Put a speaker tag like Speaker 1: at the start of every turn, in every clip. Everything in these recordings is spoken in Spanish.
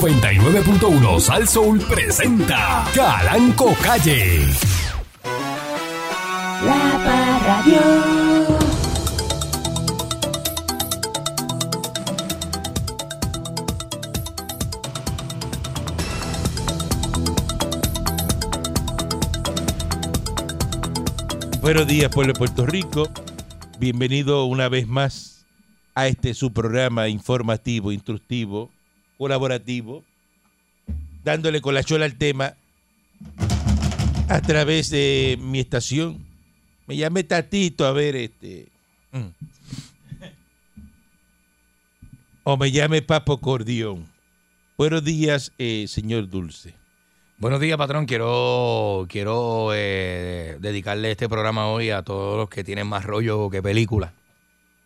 Speaker 1: 99.1 Sal Soul presenta Calanco Calle.
Speaker 2: La Parradio.
Speaker 3: Buenos días, pueblo de Puerto Rico. Bienvenido una vez más a este su programa informativo, instructivo, colaborativo, dándole con la chola al tema a través de mi estación. Me llamé Tatito, a ver, este. mm. O me llame Papo Cordión. Buenos días, eh, señor Dulce.
Speaker 4: Buenos días, patrón. Quiero, quiero eh, dedicarle este programa hoy a todos los que tienen más rollo que película.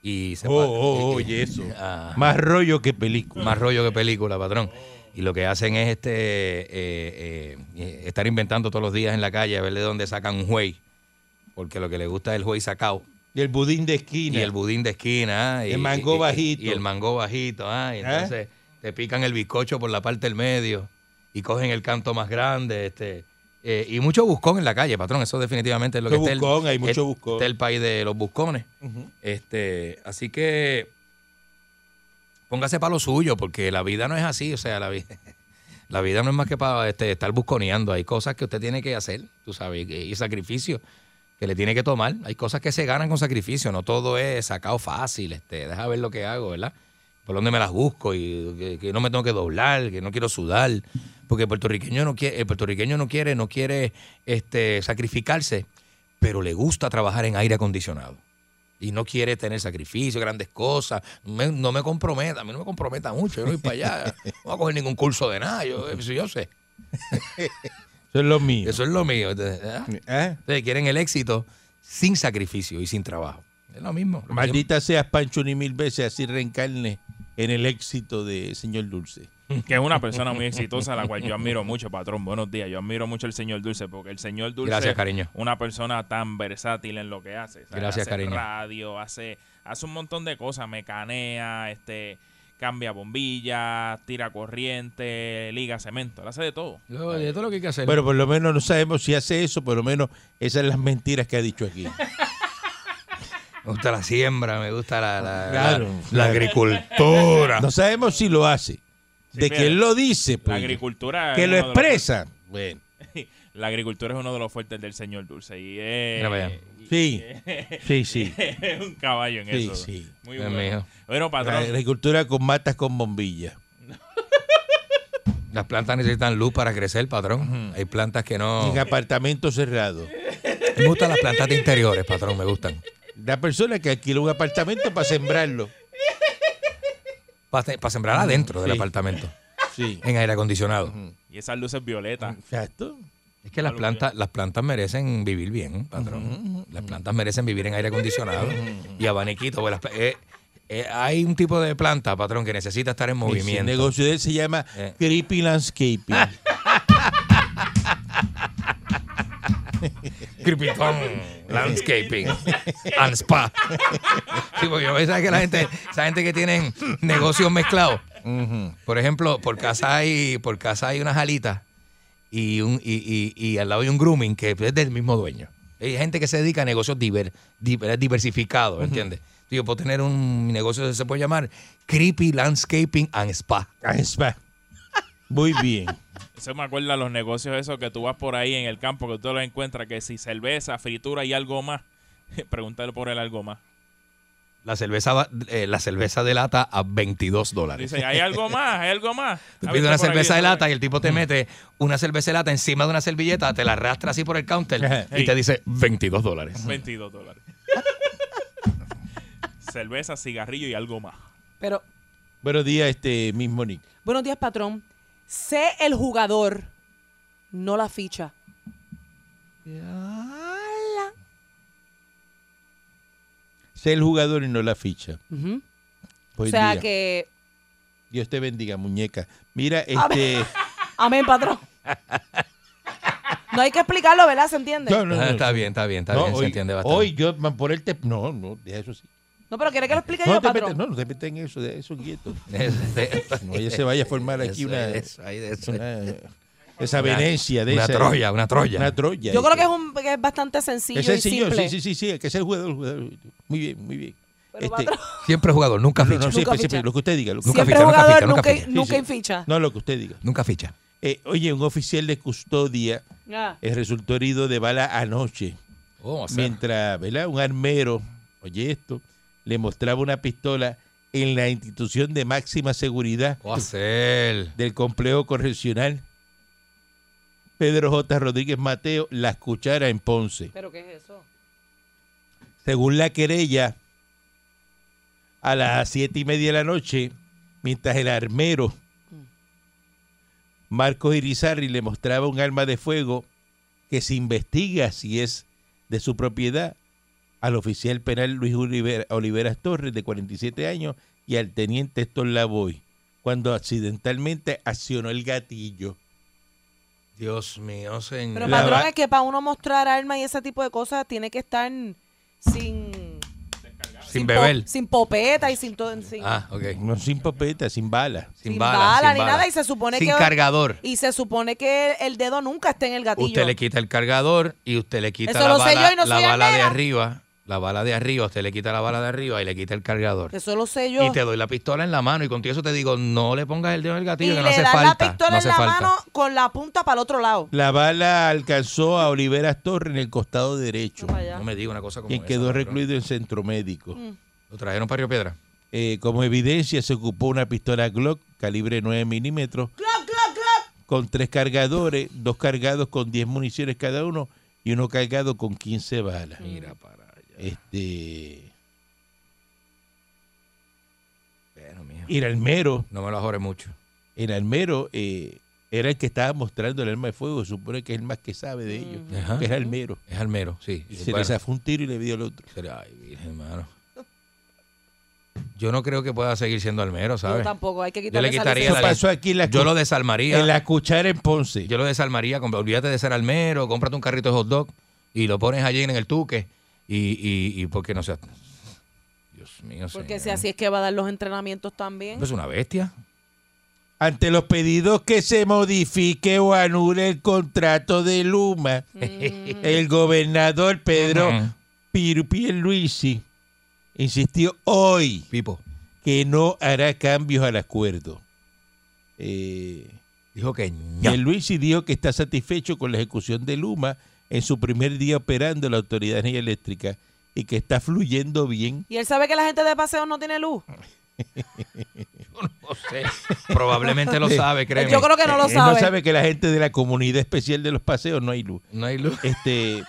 Speaker 4: Y se
Speaker 3: Oh,
Speaker 4: pa-
Speaker 3: oh,
Speaker 4: que- que-
Speaker 3: oye, eso.
Speaker 4: Ah, más,
Speaker 3: Más rollo que película.
Speaker 4: rollo que película, patrón. Y lo que hacen es este eh, eh, estar inventando todos los días en la calle a ver de dónde sacan un juez. Porque lo que le gusta es el juez sacado.
Speaker 3: Y el budín de esquina.
Speaker 4: Y el budín de esquina. ah, y-
Speaker 3: El mango
Speaker 4: y- y-
Speaker 3: bajito.
Speaker 4: Y el mango bajito. ah, y
Speaker 3: ¿Eh?
Speaker 4: entonces te pican el bizcocho por la parte del medio y cogen el canto más grande. este eh, Y mucho buscón en la calle, patrón. Eso definitivamente es lo que
Speaker 3: Mucho
Speaker 4: está el-
Speaker 3: buscón, hay mucho
Speaker 4: este-
Speaker 3: buscón.
Speaker 4: está el país de los buscones.
Speaker 3: Ujú.
Speaker 4: este Así que póngase para lo suyo porque la vida no es así. O sea, la vida... La vida no es más que para este, estar busconeando. Hay cosas que usted tiene que hacer, tú sabes, y y sacrificio que le tiene que tomar. Hay cosas que se ganan con sacrificio, no todo es sacado fácil. Este, deja ver lo que hago, ¿verdad? Por dónde me las busco y que, que no me tengo que doblar, que no quiero sudar, porque el puertorriqueño no quiere, el puertorriqueño no quiere, no quiere este, sacrificarse, pero le gusta trabajar en aire acondicionado. Y no quiere tener sacrificio, grandes cosas. Me- no me comprometa, a mí no me comprometa mucho. Yo no voy para allá. No voy a coger ningún curso de nada. Yo, eso yo sé.
Speaker 3: Eso es lo mío.
Speaker 4: Eso es lo mío. Entonces, ¿ah?
Speaker 3: ¿Eh?
Speaker 4: Ustedes quieren el éxito sin sacrificio y sin trabajo. Es lo mismo. Lo que
Speaker 3: Maldita seas, Pancho, ni mil veces así reencarne en el éxito de señor Dulce.
Speaker 5: que es una persona muy exitosa, la cual yo admiro mucho, patrón. Buenos días, yo admiro mucho al señor Dulce, porque el señor Dulce
Speaker 4: Gracias,
Speaker 5: es
Speaker 4: cariño.
Speaker 5: una persona tan versátil en lo que hace. O sea,
Speaker 4: Gracias,
Speaker 5: hace
Speaker 4: cariño.
Speaker 5: radio, hace, hace un montón de cosas, mecanea, este, cambia bombillas, tira corriente, liga cemento, él hace de todo.
Speaker 4: siempre- Yo- de todo lo que hay que hacer.
Speaker 3: Bueno, por lo menos no sabemos si hace eso, por lo menos esas son las mentiras que ha dicho aquí.
Speaker 5: Ah,
Speaker 4: me gusta la siembra, me gusta la, la-
Speaker 3: Claro,
Speaker 4: la- la
Speaker 3: claro.
Speaker 4: agricultura.
Speaker 3: No sabemos si lo hace.
Speaker 5: Sí,
Speaker 3: De
Speaker 5: mira,
Speaker 3: que él lo dice,
Speaker 5: La
Speaker 3: pues,
Speaker 5: agricultura.
Speaker 3: que
Speaker 5: es
Speaker 3: lo
Speaker 5: uno de los-
Speaker 3: expresa. Bueno,
Speaker 5: la agricultura es uno de los fuertes del señor Dulce y
Speaker 4: Mira para allá.
Speaker 5: es,
Speaker 3: sí, sí, sí.
Speaker 5: eh, es un caballo en
Speaker 3: Sí,
Speaker 5: eso.
Speaker 3: sí.
Speaker 5: Muy
Speaker 4: Dios
Speaker 5: bueno.
Speaker 4: mío.
Speaker 5: Bueno,
Speaker 3: La
Speaker 5: patrón.
Speaker 3: agricultura con matas con bombillas.
Speaker 4: Las plantas necesitan luz para crecer, patrón. Hay plantas que no.
Speaker 3: En apartamento cerrado.
Speaker 4: Me gustan las plantas de interiores, patrón, me gustan.
Speaker 3: La persona que alquila un apartamento para sembrarlo.
Speaker 4: Para sembrar adentro del
Speaker 3: Sí.
Speaker 4: apartamento,
Speaker 3: Sí.
Speaker 4: en aire acondicionado.
Speaker 5: Y esas luces violetas.
Speaker 3: Exacto.
Speaker 4: Es que las plantas, las plantas merecen vivir bien, patrón. Las plantas merecen vivir en aire acondicionado y abaniquito. pues las pla- eh, eh, hay un tipo de planta, patrón, que necesita estar en
Speaker 3: El
Speaker 4: movimiento.
Speaker 3: negocio de él se llama
Speaker 4: Eh.
Speaker 3: Creepy Landscaping.
Speaker 4: Cripitón, landscaping, and spa. Sí, porque yo veo ¿sabes? que la gente, esa gente que tienen negocios mezclados. Por ejemplo, por casa hay, por casa hay unas alitas y un y, y- y al lado hay un grooming que es del mismo dueño. Hay gente que se dedica a negocios diver- diver- diversificados, ¿entiendes? Entonces, Yo puedo tener un negocio que se puede llamar Creepy Landscaping and Spa.
Speaker 3: Ah, es va. Muy bien.
Speaker 5: Eso me acuerda a los negocios esos que tú vas por ahí en el campo, que tú los encuentras, que si cerveza, fritura y algo más, pregúntale por el algo más.
Speaker 4: La cerveza, va- eh, la cerveza de lata a 22 dólares.
Speaker 5: Dice, hay algo más, hay algo más.
Speaker 4: Tú
Speaker 5: Ah,
Speaker 4: pides
Speaker 5: viste
Speaker 4: una
Speaker 5: por
Speaker 4: cerveza
Speaker 5: aquí,
Speaker 4: de lata y
Speaker 5: ¿sabes?
Speaker 4: el
Speaker 3: Mm.
Speaker 4: tipo te mete una cerveza de lata encima de una servilleta, te la arrastra así por el counter
Speaker 3: Ajá.
Speaker 4: y te dice 22 dólares.
Speaker 5: 22 dólares. cerveza, cigarrillo y algo más.
Speaker 6: Pero,
Speaker 3: Buenos días, este mismo Nick.
Speaker 6: buenos días, patrón. Sé el jugador, no la ficha.
Speaker 3: Sé el jugador y no la ficha.
Speaker 6: Ujú. O
Speaker 3: Buen
Speaker 6: sea
Speaker 3: día.
Speaker 6: que,
Speaker 3: Dios te bendiga, muñeca. Mira,
Speaker 6: A
Speaker 3: este.
Speaker 6: amén, patrón. No hay que explicarlo, ¿verdad? ¿Se entiende?
Speaker 3: No, no, no.
Speaker 4: Ah, Está bien, está bien, está
Speaker 3: No,
Speaker 4: bien,
Speaker 3: hoy,
Speaker 4: se entiende bastante.
Speaker 3: Hoy yo, man, por el te... No, no, deja eso sí.
Speaker 6: No, pero quiere que lo explique
Speaker 3: No
Speaker 6: yo,
Speaker 3: te metas,
Speaker 6: patrón.
Speaker 3: no, no te metas en eso, de eso quieto. No,
Speaker 4: Oye,
Speaker 3: ella se vaya a formar aquí una, una- esa Venecia de
Speaker 4: una
Speaker 3: esa.
Speaker 4: Troya, una Troya.
Speaker 3: Una Troya.
Speaker 6: Yo
Speaker 3: esa.
Speaker 6: creo que es, un, que es bastante sencillo,
Speaker 3: Es sencillo,
Speaker 6: y simple.
Speaker 3: sí, sí, sí, sí, que es el jugador, el jugador. Muy bien, muy bien.
Speaker 6: Pero
Speaker 3: Este,
Speaker 6: patrón,
Speaker 4: Siempre jugador, nunca
Speaker 3: no,
Speaker 4: ficha.
Speaker 3: no, siempre,
Speaker 6: ficha.
Speaker 3: siempre, lo que usted diga, lo que-
Speaker 4: nunca
Speaker 6: siempre
Speaker 4: ficha, nunca
Speaker 6: jugador,
Speaker 4: ficha, nunca
Speaker 6: nunca,
Speaker 4: ficha.
Speaker 6: nunca,
Speaker 3: Sí, sí.
Speaker 6: inficha.
Speaker 3: no, lo que usted diga.
Speaker 4: Nunca ficha.
Speaker 3: Eh, oye, un oficial de custodia
Speaker 6: Ah.
Speaker 3: eh, resultó herido de bala anoche.
Speaker 4: Oh, o sea,
Speaker 3: mientras ¿verdad? un armero, oye esto, le mostraba una pistola en la institución de máxima seguridad
Speaker 4: o hacer.
Speaker 3: del complejo correccional Pedro J. Rodríguez Mateo, La Cuchara en Ponce.
Speaker 6: ¿Pero qué es eso?
Speaker 4: Mm,
Speaker 3: Según la querella, a las siete y media de la noche, mientras el armero Marcos Irizarri le mostraba un arma de fuego que se investiga si es de su propiedad al oficial penal Luis Olivera- Oliveras Torres, de 47 años, y al teniente Héctor Lavoy, cuando accidentalmente accionó el gatillo.
Speaker 4: Dios mío,
Speaker 6: Pero
Speaker 4: señor.
Speaker 3: La
Speaker 6: patrón,
Speaker 3: va-
Speaker 6: es que para uno mostrar armas y ese tipo de cosas tiene que estar sin... po-
Speaker 4: sin beber.
Speaker 6: sin popeta y sin todo. Sin,
Speaker 4: Ah, ok.
Speaker 3: No sin papeta, sin bala.
Speaker 4: Sin,
Speaker 6: sin
Speaker 4: bala,
Speaker 6: bala
Speaker 4: sin
Speaker 6: ni
Speaker 4: bala.
Speaker 6: nada, y se supone
Speaker 4: sin
Speaker 6: que-
Speaker 4: cargador.
Speaker 6: Y se supone que el dedo nunca esté en el gatillo.
Speaker 4: Usted le quita el cargador y usted le quita
Speaker 6: Eso
Speaker 4: la
Speaker 6: lo sé
Speaker 4: bala,
Speaker 6: yo y no
Speaker 4: la
Speaker 6: soy
Speaker 4: bala de
Speaker 6: armera.
Speaker 4: arriba. La bala de arriba, usted le quita la bala de arriba y le quita el cargador.
Speaker 6: Eso lo sé yo.
Speaker 4: Y te doy la pistola en la mano y contigo eso te digo, no le pongas el dedo en el
Speaker 6: Y
Speaker 4: gatillo,
Speaker 6: le
Speaker 4: que no hace
Speaker 6: das
Speaker 4: falta.
Speaker 6: la pistola
Speaker 4: no
Speaker 6: en
Speaker 4: hace
Speaker 6: la
Speaker 4: falta.
Speaker 6: mano con la punta para el otro lado.
Speaker 3: La bala alcanzó a Oliveras Torres en el costado derecho.
Speaker 6: No, para allá.
Speaker 4: No me diga una cosa como
Speaker 3: quien
Speaker 4: esa,
Speaker 3: quedó
Speaker 4: cabrón.
Speaker 3: recluido en centro médico.
Speaker 4: Lo trajeron para Río Piedra.
Speaker 3: Eh, como evidencia se ocupó una pistola Glock calibre 9 milímetros con tres cargadores, dos cargados con 10 municiones cada uno y uno cargado con 15 balas.
Speaker 4: Mira para allá.
Speaker 3: Este,
Speaker 4: Bueno, mijo,
Speaker 3: el almero,
Speaker 4: No me lo ajores mucho.
Speaker 3: el almero eh, era el que estaba mostrando el arma de fuego, se supone que es el más que sabe de ello,
Speaker 4: Mm. Ajá.
Speaker 3: que es almero.
Speaker 4: Es almero, sí.
Speaker 3: Y
Speaker 4: Y
Speaker 3: se
Speaker 4: bueno,
Speaker 3: le zafó un tiro y le dio el otro.
Speaker 4: se le- Ay, virgen, hermano. Yo no creo que pueda seguir siendo almero,
Speaker 6: Yo
Speaker 4: ¿sabes?
Speaker 6: tampoco, hay que
Speaker 4: Yo
Speaker 6: quitarle
Speaker 4: le
Speaker 6: esa
Speaker 4: quitaría
Speaker 3: Eso
Speaker 4: la
Speaker 3: pasó aquí en la,
Speaker 4: Yo
Speaker 3: cu-
Speaker 4: lo desarmaría.
Speaker 3: en la cuchara en Ponce.
Speaker 4: Yo lo desarmaría, compra- olvídate de ser almero, cómprate un carrito de hot dog y lo pones allí en el tuque y, y, y porque no sea... Dios mío,
Speaker 6: Porque si
Speaker 4: señor.
Speaker 6: así es que va a dar los entrenamientos también.
Speaker 4: ¿Eh? Es una bestia.
Speaker 3: Ante los pedidos que se modifique o anule el contrato de Luma,
Speaker 4: Mm.
Speaker 3: el gobernador Pedro
Speaker 4: Ujú. ¿eh?
Speaker 3: Piru Pierluisi insistió hoy
Speaker 4: Pipo.
Speaker 3: que no hará cambios al acuerdo. Eh,
Speaker 4: Dijo que ña.
Speaker 3: Pierluisi dijo que está satisfecho con la ejecución de Luma en su primer día operando la Autoridad de Energía Eléctrica y que está fluyendo bien.
Speaker 6: Y él sabe que la gente de paseo no tiene luz.
Speaker 4: No sé. Probablemente lo sabe, créeme.
Speaker 6: Yo creo que no lo
Speaker 3: Él
Speaker 6: sabe.
Speaker 3: no sabe que la gente de la comunidad especial de los paseos no hay luz.
Speaker 4: No hay luz.
Speaker 3: este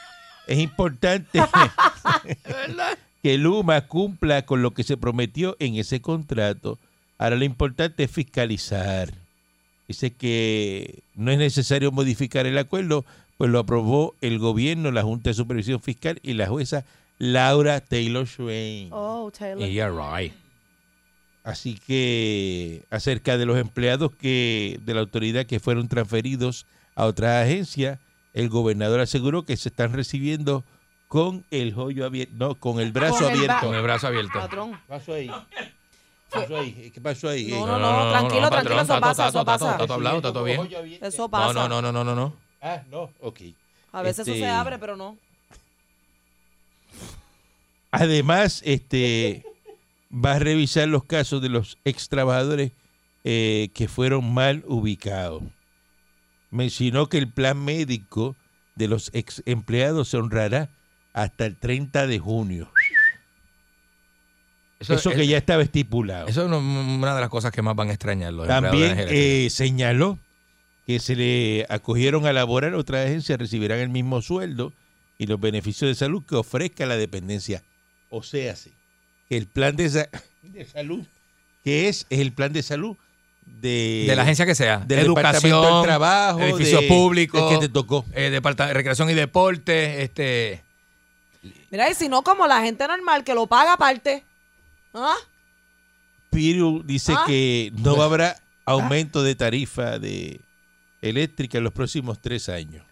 Speaker 3: es importante que Luma cumpla con lo que se prometió en ese contrato. Ahora lo importante es fiscalizar. Dice que no es necesario modificar el acuerdo, pues lo aprobó el gobierno, la Junta de Supervisión Fiscal y la jueza Laura Taylor Swain.
Speaker 6: Oh, Taylor.
Speaker 4: Y yeah, right.
Speaker 3: Así que acerca de los empleados que de la autoridad que fueron transferidos a otras agencias, el gobernador aseguró que se están recibiendo con el joyo abierto, no, con el brazo
Speaker 6: Con el bra-
Speaker 3: abierto.
Speaker 4: Con el brazo abierto.
Speaker 6: Patrón.
Speaker 3: ¿Qué pasó ahí? ¿Qué pasó ahí? ¿Qué pasó ahí?
Speaker 6: No, no, tranquilo, tranquilo, eso
Speaker 4: tato,
Speaker 6: pasa,
Speaker 4: tato,
Speaker 6: eso
Speaker 4: tato,
Speaker 6: pasa.
Speaker 4: tato, hablado, tato, bien.
Speaker 3: Joyo abierto.
Speaker 6: Eso
Speaker 4: No,
Speaker 6: pasa.
Speaker 4: no, no, no, no, no, no.
Speaker 3: Ah, no, ok.
Speaker 6: A veces eso
Speaker 3: Este-
Speaker 6: se abre, pero no.
Speaker 3: Además, este va a revisar los casos de los ex trabajadores eh, que fueron mal ubicados. Mencionó que el plan médico de los ex empleados se honrará hasta el 30 de junio. Eso, que
Speaker 4: es-
Speaker 3: ya estaba estipulado.
Speaker 4: Eso es una- una de las cosas que más van a extrañar los empleados
Speaker 3: También
Speaker 4: de energía eléctrica.
Speaker 3: eh, señaló que se le acogieron a laborar otras agencias recibirán el mismo sueldo y los beneficios de salud que ofrezca la dependencia. O sea, sí, que el plan de, sa- de salud, que es, es el plan de salud de,
Speaker 4: de la agencia que sea.
Speaker 3: eh, del Departamento
Speaker 4: educación,
Speaker 3: del trabajo,
Speaker 4: edificio
Speaker 3: de-
Speaker 4: público,
Speaker 3: del que te tocó.
Speaker 4: eh, departa- recreación y deporte, este...
Speaker 6: Mira, y si no, como la gente normal que lo paga aparte. ¿Ah?
Speaker 3: Piru dice
Speaker 6: Ah.
Speaker 3: que no habrá aumento de tarifa de eléctrica en los próximos tres años.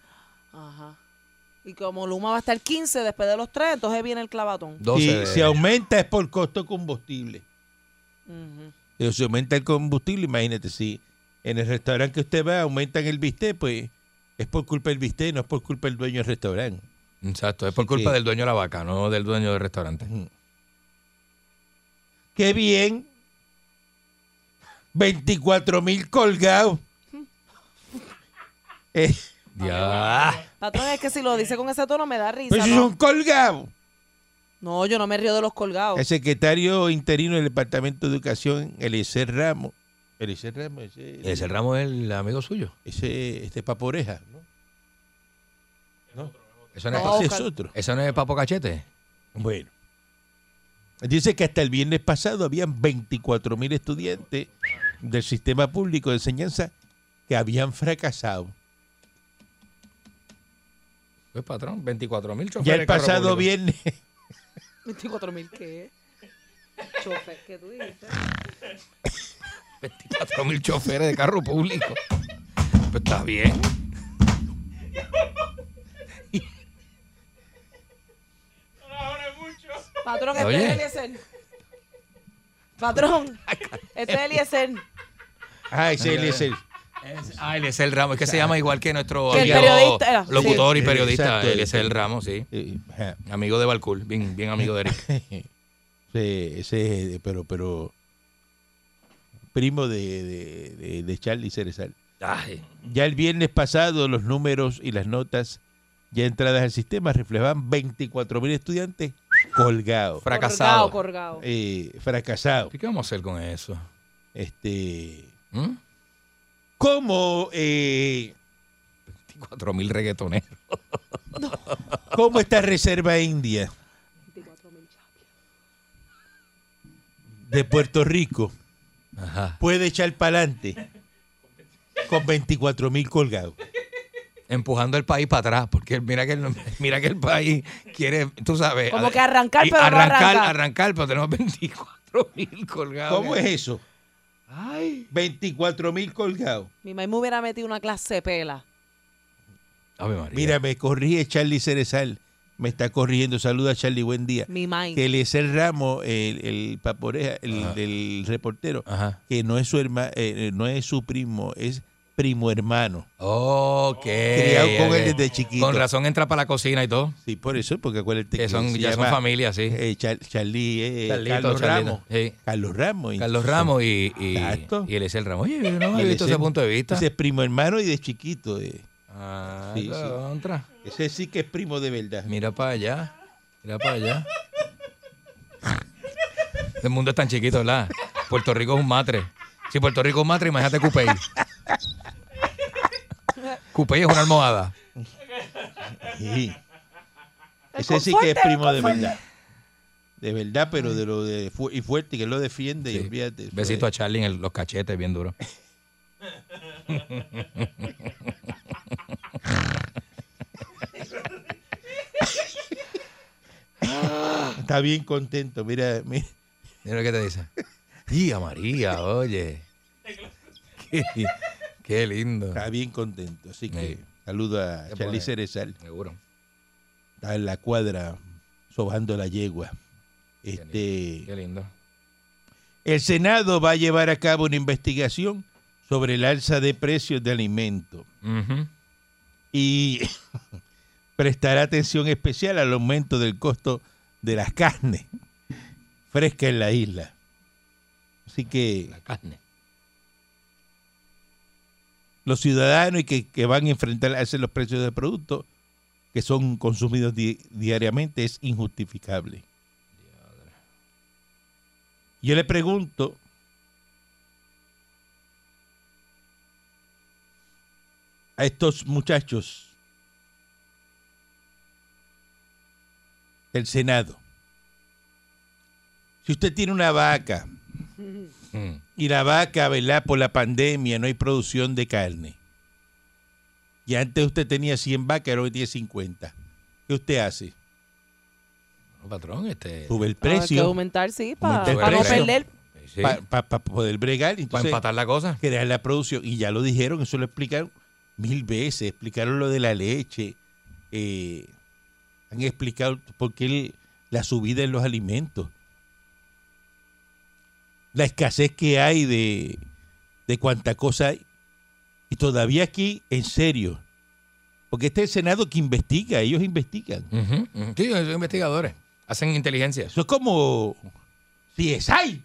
Speaker 6: Ajá. Y como Luma va a estar 15 después de los 3, entonces viene el clavatón.
Speaker 4: 12
Speaker 3: y
Speaker 4: de-
Speaker 3: si aumenta es por costo de combustible.
Speaker 6: Ujú.
Speaker 3: Pero si aumenta el combustible, imagínate, si en el restaurante que usted va aumentan el bistec, pues es por culpa del bistec, no es por culpa del dueño del restaurante.
Speaker 4: Exacto, es por culpa
Speaker 3: Sí.
Speaker 4: del dueño de la vaca, no del dueño del restaurante.
Speaker 3: ¡Qué bien! 24 mil colgados. Eh,
Speaker 4: Ya.
Speaker 6: Patrón, es que si lo dice con ese tono me da risa.
Speaker 3: pues esos
Speaker 6: ¿no?
Speaker 3: son colgados.
Speaker 6: No, yo no me río de los colgados.
Speaker 3: El secretario interino del Departamento de Educación, Eliezer Ramos. Eliezer Ramos, ese,
Speaker 4: Ese ramo es el amigo suyo.
Speaker 3: ese- este es Paporeja, ¿no?
Speaker 4: Eso no,
Speaker 6: No.
Speaker 4: es,
Speaker 3: Ese es
Speaker 6: Oscar.
Speaker 3: otro.
Speaker 4: eso no es Papo Cachete.
Speaker 3: Bueno. Dice que hasta el viernes pasado habían 24 mil estudiantes del sistema público de enseñanza que habían fracasado.
Speaker 4: Pues patrón, 24 mil choferes.
Speaker 3: Ya el
Speaker 4: de carro
Speaker 3: pasado
Speaker 4: público.
Speaker 3: viernes,
Speaker 6: 24 mil, ¿qué? Chofer, ¿qué tú dices?
Speaker 4: 24 mil choferes de carro público. Pues está bien.
Speaker 6: Patrón, este
Speaker 4: Oye.
Speaker 6: es Eliezer. Patrón, este es Eliezer.
Speaker 3: ah, ese, ese-
Speaker 4: Es- ah, él es el ramo, es que se llama igual que nuestro
Speaker 6: Que el
Speaker 4: amigo
Speaker 6: periodista era.
Speaker 4: locutor y
Speaker 3: Sí.
Speaker 4: periodista.
Speaker 3: Exacto,
Speaker 4: él es
Speaker 3: sí.
Speaker 4: el ramo, sí.
Speaker 3: eh, ajá,
Speaker 4: Amigo de Balcool, bien, bien amigo de Eric.
Speaker 3: ese- ese, pero, pero primo de, de- de- de Charlie Cerezal.
Speaker 4: Ay,
Speaker 3: Ya el viernes pasado los números y las notas ya entradas al sistema reflejaban 24 mil estudiantes colgados,
Speaker 4: fracasado.
Speaker 6: Colgado, colgado.
Speaker 3: eh, fracasados.
Speaker 4: ¿Y ¿Qué vamos a hacer con eso?
Speaker 3: Este,
Speaker 4: ¿Mm?
Speaker 3: ¿cómo, eh,
Speaker 4: 24 mil reggaetoneros.
Speaker 3: ¿Cómo está Reserva India de Puerto Rico?
Speaker 4: Ajá.
Speaker 3: Puede echar para adelante con 24 mil colgados.
Speaker 4: Empujando el país para atrás, porque mira que el, mira que el país quiere, tú sabes.
Speaker 6: Como
Speaker 4: a-
Speaker 6: que arrancar,
Speaker 4: y
Speaker 6: pero no
Speaker 4: arrancar,
Speaker 6: arranca.
Speaker 4: arrancar, pero tenemos 24 mil colgados.
Speaker 3: ¿Cómo es eso?
Speaker 4: Ay.
Speaker 3: 24 mil colgados.
Speaker 6: Mi mamá me hubiera metido una clase de pela.
Speaker 4: Ave María.
Speaker 3: Mira, me corrige Charlie Cerezal. Me está corrigiendo. Saluda, Charlie. Buen día.
Speaker 6: Mi mamá.
Speaker 3: Que el el Ramos, el, el paporeja, el, el reportero,
Speaker 4: Ajá.
Speaker 3: que no es su herma- eh, eh, no es su primo, es primo hermano.
Speaker 4: Oh, Ok.
Speaker 3: Criado con él
Speaker 4: ok.
Speaker 3: desde chiquito.
Speaker 4: Con razón entra para la cocina y todo.
Speaker 3: Sí, por eso, porque acuérdate
Speaker 4: Que son,
Speaker 3: se
Speaker 4: ya son
Speaker 3: llama,
Speaker 4: familia, sí.
Speaker 3: eh, Char- Charlie, eh,
Speaker 4: Carlito,
Speaker 3: Carlos
Speaker 4: Charlito,
Speaker 3: Ramos.
Speaker 4: sí.
Speaker 3: Carlos Ramos. y-
Speaker 4: Carlos Ramos y, y,
Speaker 3: Exacto.
Speaker 4: y él es el Ramos. Oye, yo no
Speaker 3: y
Speaker 4: había
Speaker 3: él
Speaker 4: visto
Speaker 3: es
Speaker 4: ese
Speaker 3: el-
Speaker 4: punto de vista.
Speaker 3: Ese es primo hermano y de chiquito. eh.
Speaker 4: Ah,
Speaker 3: Sí, sí.
Speaker 4: contra.
Speaker 3: Ese sí que es primo de verdad.
Speaker 4: Mira para allá. Mira para allá. El mundo es tan chiquito, ¿verdad? Puerto Rico es un matre. Si Puerto Rico es un matre, imagínate Coupey. Coupey es una almohada.
Speaker 3: Sí.
Speaker 6: El
Speaker 3: Ese sí
Speaker 6: conforte,
Speaker 3: que es primo
Speaker 6: el
Speaker 3: de
Speaker 6: conforte.
Speaker 3: verdad. De verdad, pero de lo de fu- y fuerte, que lo defiende y
Speaker 4: Sí.
Speaker 3: olvídate. eso
Speaker 4: Besito a
Speaker 3: es.
Speaker 4: Charlie en el- los cachetes, bien duro.
Speaker 3: Está bien contento, mira, mira.
Speaker 4: Mira lo que te dice. Tía María, oye. Qué, qué lindo.
Speaker 3: Está bien contento. Así que
Speaker 4: Sí.
Speaker 3: saludo a
Speaker 4: Qué
Speaker 3: Charlie
Speaker 4: bueno.
Speaker 3: Cerezal.
Speaker 4: Seguro.
Speaker 3: Está en la cuadra sobando la yegua. Este,
Speaker 4: Qué lindo.
Speaker 3: El Senado va a llevar a cabo una investigación sobre el alza de precios de alimentos
Speaker 4: Ujú.
Speaker 3: y prestará atención especial al aumento del costo de las carnes frescas en la isla. Así que
Speaker 4: La carne.
Speaker 3: los ciudadanos y que, que van a enfrentar a los precios de productos que son consumidos di- diariamente es injustificable. Yo le pregunto, a estos muchachos del Senado. Si usted tiene una vaca
Speaker 4: Mm.
Speaker 3: y la vaca, ¿verdad? Por la pandemia no hay producción de carne. Y antes usted tenía 100 vacas, ahora tiene 50. ¿Qué usted hace?
Speaker 4: Bueno, patrón, este.
Speaker 3: Sube el
Speaker 6: Ah, Hay que
Speaker 3: precio
Speaker 6: aumentar, sí, para
Speaker 3: Aumenta el
Speaker 6: no
Speaker 3: precio.
Speaker 6: perder.
Speaker 4: Sí.
Speaker 3: para poder bregar.
Speaker 4: para
Speaker 3: Entonces,
Speaker 4: empatar la cosa.
Speaker 3: crear la producción. Y ya lo dijeron, eso lo explicaron mil veces. Explicaron lo de la leche. eh, han explicado por qué el- la subida en los alimentos, la escasez que hay de, de cuánta cosa hay. Y todavía aquí, en serio, porque este es el Senado que investiga, ellos investigan.
Speaker 4: Ujú, ujú. Mm, Sí, son investigadores. Hacen inteligencia.
Speaker 3: Eso es como si Oh, es hay.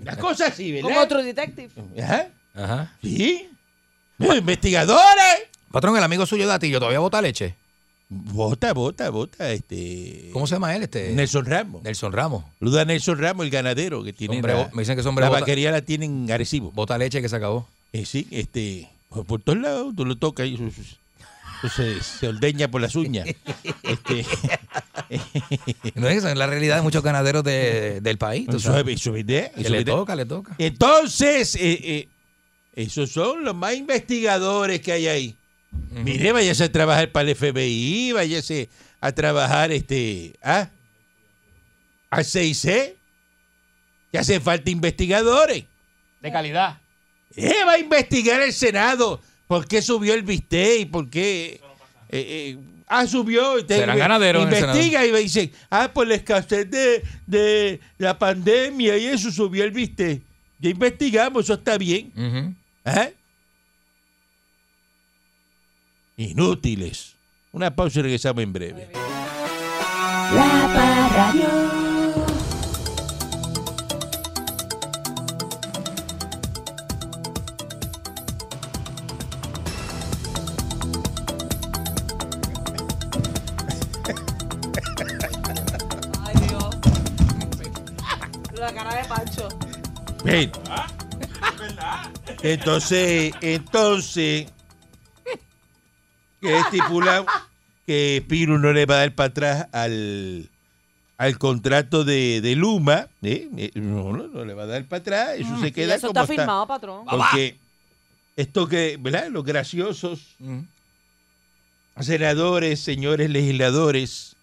Speaker 3: Una cosa así, ¿verdad?
Speaker 6: Con otro detective.
Speaker 3: Ajá.
Speaker 4: Ajá.
Speaker 3: ¿Eh? ¿Sí? ¡Los investigadores!
Speaker 4: Patrón, el amigo suyo de Atillo todavía bota leche.
Speaker 3: Vota, vota, vota. Este...
Speaker 4: ¿Cómo se llama él? Este?
Speaker 3: Nelson Ramos.
Speaker 4: Nelson Ramos.
Speaker 3: Saluda a Nelson Ramos, el ganadero que tiene.
Speaker 4: Hombre,
Speaker 3: la,
Speaker 4: me dicen que ese hombre
Speaker 3: la
Speaker 4: bota-
Speaker 3: vaquería la tienen en Arecibo.
Speaker 4: Bota leche que se acabó.
Speaker 3: Eh, sí, este, por, por todos lados, tú lo tocas y eso- eso- eso se, se ordeña por las uñas. Este,
Speaker 4: No es eso, es la realidad de muchos ganaderos de- del país. tú
Speaker 3: eso
Speaker 4: sabes.
Speaker 3: es- eso es idea,
Speaker 4: Que
Speaker 3: eso
Speaker 4: le
Speaker 3: es idea.
Speaker 4: toca, le toca.
Speaker 3: ¿eh? Entonces, eh, eh, esos son los más investigadores que hay ahí. Mire, váyase a trabajar para el FBI, váyase a trabajar este, ¿ah? al CIC. Ya hacen falta investigadores.
Speaker 4: De calidad.
Speaker 3: Eh, va a investigar el Senado por qué subió el bistec y por qué. eh, eh, ah, subió. y te-
Speaker 4: Serán ganaderos en el
Speaker 3: Investiga y dice, ah, por la escasez de, de la pandemia y eso subió el bistec. Ya investigamos, eso está bien. ¿Ah? Inútiles. Una pausa y regresamos en breve.
Speaker 2: La Parradio.
Speaker 6: Ay, Dios.
Speaker 4: Oh.
Speaker 6: La cara de Pancho.
Speaker 3: Ven. Entonces, entonces, que este estipula que Piru no le va a dar para atrás al, al contrato de, de Luma, ¿eh? Eh, No, no, no le va a dar para atrás, eso se
Speaker 6: Mm, Y
Speaker 3: queda
Speaker 6: eso
Speaker 3: como
Speaker 6: está firmado, patrón.
Speaker 3: Porque esto que, ¿verdad? Los graciosos senadores, señores legisladores,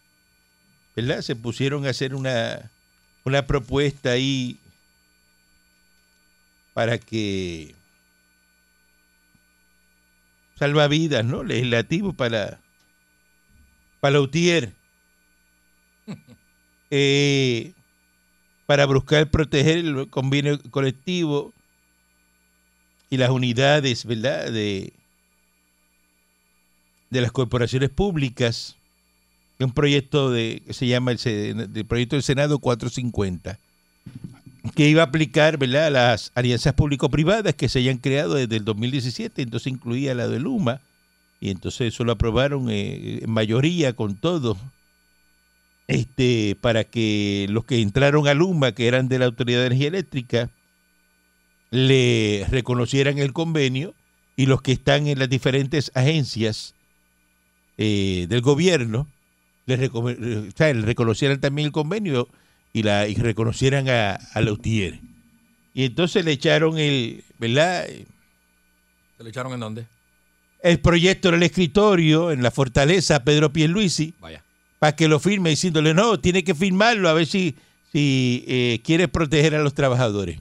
Speaker 3: ¿verdad? Se pusieron a hacer una, una propuesta ahí para que salvavidas, ¿no? Legislativo para para Utier, eh, para buscar proteger el convenio colectivo y las unidades, ¿verdad? De, de las corporaciones públicas. Un proyecto de, que se llama el, se- del proyecto del Senado 450, que iba a aplicar, ¿verdad?, a las alianzas público-privadas que se hayan creado desde el 2017, entonces incluía la de Luma, y entonces eso lo aprobaron eh, en mayoría con todo. Este, para que los que entraron a Luma, que eran de la Autoridad de Energía Eléctrica, le reconocieran el convenio y los que están en las diferentes agencias eh, del gobierno les reco- eh, o sea, le reconocieran también el convenio y, la, y reconocieran a, a Lautier. Y entonces le echaron el, ¿verdad?
Speaker 4: ¿Se lo echaron en dónde?
Speaker 3: el proyecto en el escritorio, en la fortaleza, a Pedro Pierluisi,
Speaker 4: Vaya.
Speaker 3: para que lo firme, diciéndole, no, tiene que firmarlo a ver si, si eh, quiere proteger a los trabajadores.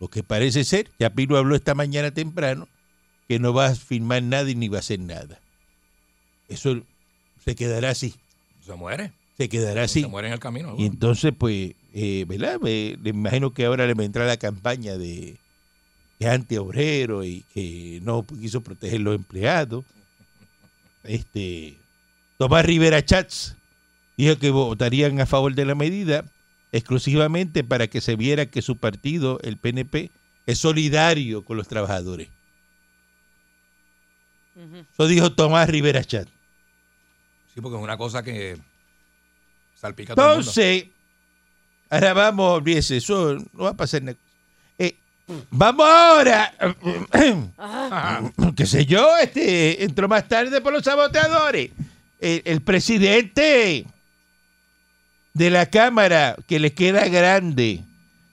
Speaker 3: Lo que parece ser, ya Pino habló esta mañana temprano, que no va a firmar nada y ni va a hacer nada. Eso se quedará así,
Speaker 4: Se muere.
Speaker 3: se quedará así.
Speaker 4: Se muere en el camino.
Speaker 3: Y entonces, pues, eh, ¿verdad? Me, le imagino que ahora le va a entrar la campaña de, de antiobrero y que no quiso proteger los empleados. Este Tomás Rivera Chats dijo que votarían a favor de la medida exclusivamente para que se viera que su partido, el PNP, es solidario con los trabajadores. Eso dijo Tomás Rivera Chats.
Speaker 4: Sí, porque es una cosa que salpica a todo el mundo.
Speaker 3: Entonces, ahora vamos, olvídese, eso no va a pasar nada. Eh, vamos ahora, qué sé yo, este entró más tarde por los saboteadores. El, el presidente de la Cámara, que le queda grande,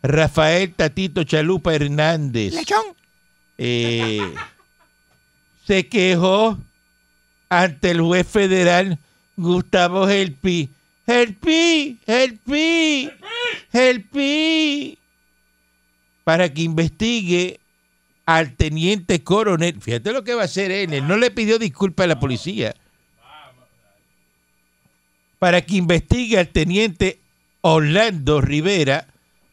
Speaker 3: Rafael Tatito Chalupa Hernández. eh, se quejó ante el juez federal Gustavo Helpi. Helpi, Helpi, Helpi, para que investigue al teniente coronel. Fíjate lo que va a hacer él. Él no le pidió disculpas a la policía. para que investigue al teniente Orlando Rivera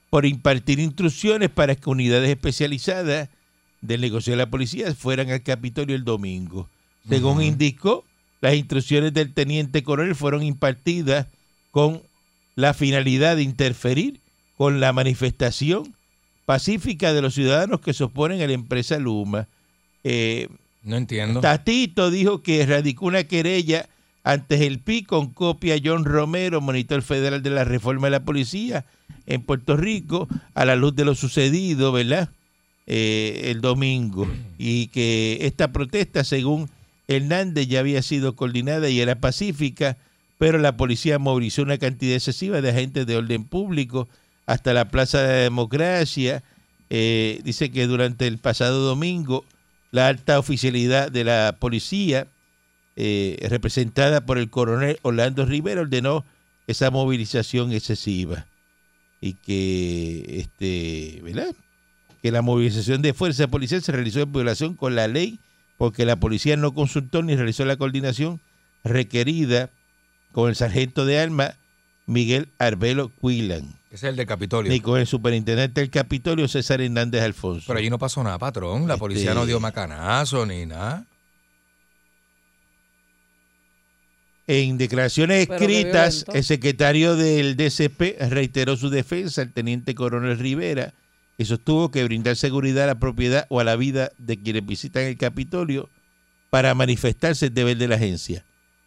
Speaker 3: por impartir instrucciones para que unidades especializadas del negocio de la policía fueran al Capitolio el domingo. Según indicó, las instrucciones del teniente coronel fueron impartidas con la finalidad de interferir con la manifestación pacífica de los ciudadanos que se oponen a la empresa Luma. Eh,
Speaker 4: No entiendo.
Speaker 3: Tatito dijo que radicó una querella ante el PI con copia a John Romero, monitor federal de la reforma de la policía en Puerto Rico, a la luz de lo sucedido, ¿verdad? Eh, el domingo. Y que esta protesta, según Hernández, ya había sido coordinada y era pacífica, pero la policía movilizó una cantidad excesiva de agentes de orden público hasta la Plaza de la Democracia. Eh, dice que durante el pasado domingo la alta oficialidad de la policía, eh, representada por el coronel Orlando Rivera, ordenó esa movilización excesiva. Y que, este, ¿verdad? que la movilización de fuerza policial se realizó en violación con la ley porque la policía no consultó ni realizó la coordinación requerida con el sargento de armas Miguel Arbelo Quilan,
Speaker 4: Ese es el de Capitolio.
Speaker 3: ni con el superintendente del Capitolio César Hernández Alfonso.
Speaker 4: Pero allí no pasó nada, patrón. La policía
Speaker 3: Este-
Speaker 4: no dio macanazo ni nada.
Speaker 3: En declaraciones
Speaker 6: Pero qué
Speaker 3: escritas,
Speaker 6: violento.
Speaker 3: el secretario del DCP reiteró su defensa al teniente coronel Rivera y sostuvo que brindar seguridad a la propiedad o a la vida de quienes visitan el Capitolio para manifestarse es deber de la agencia.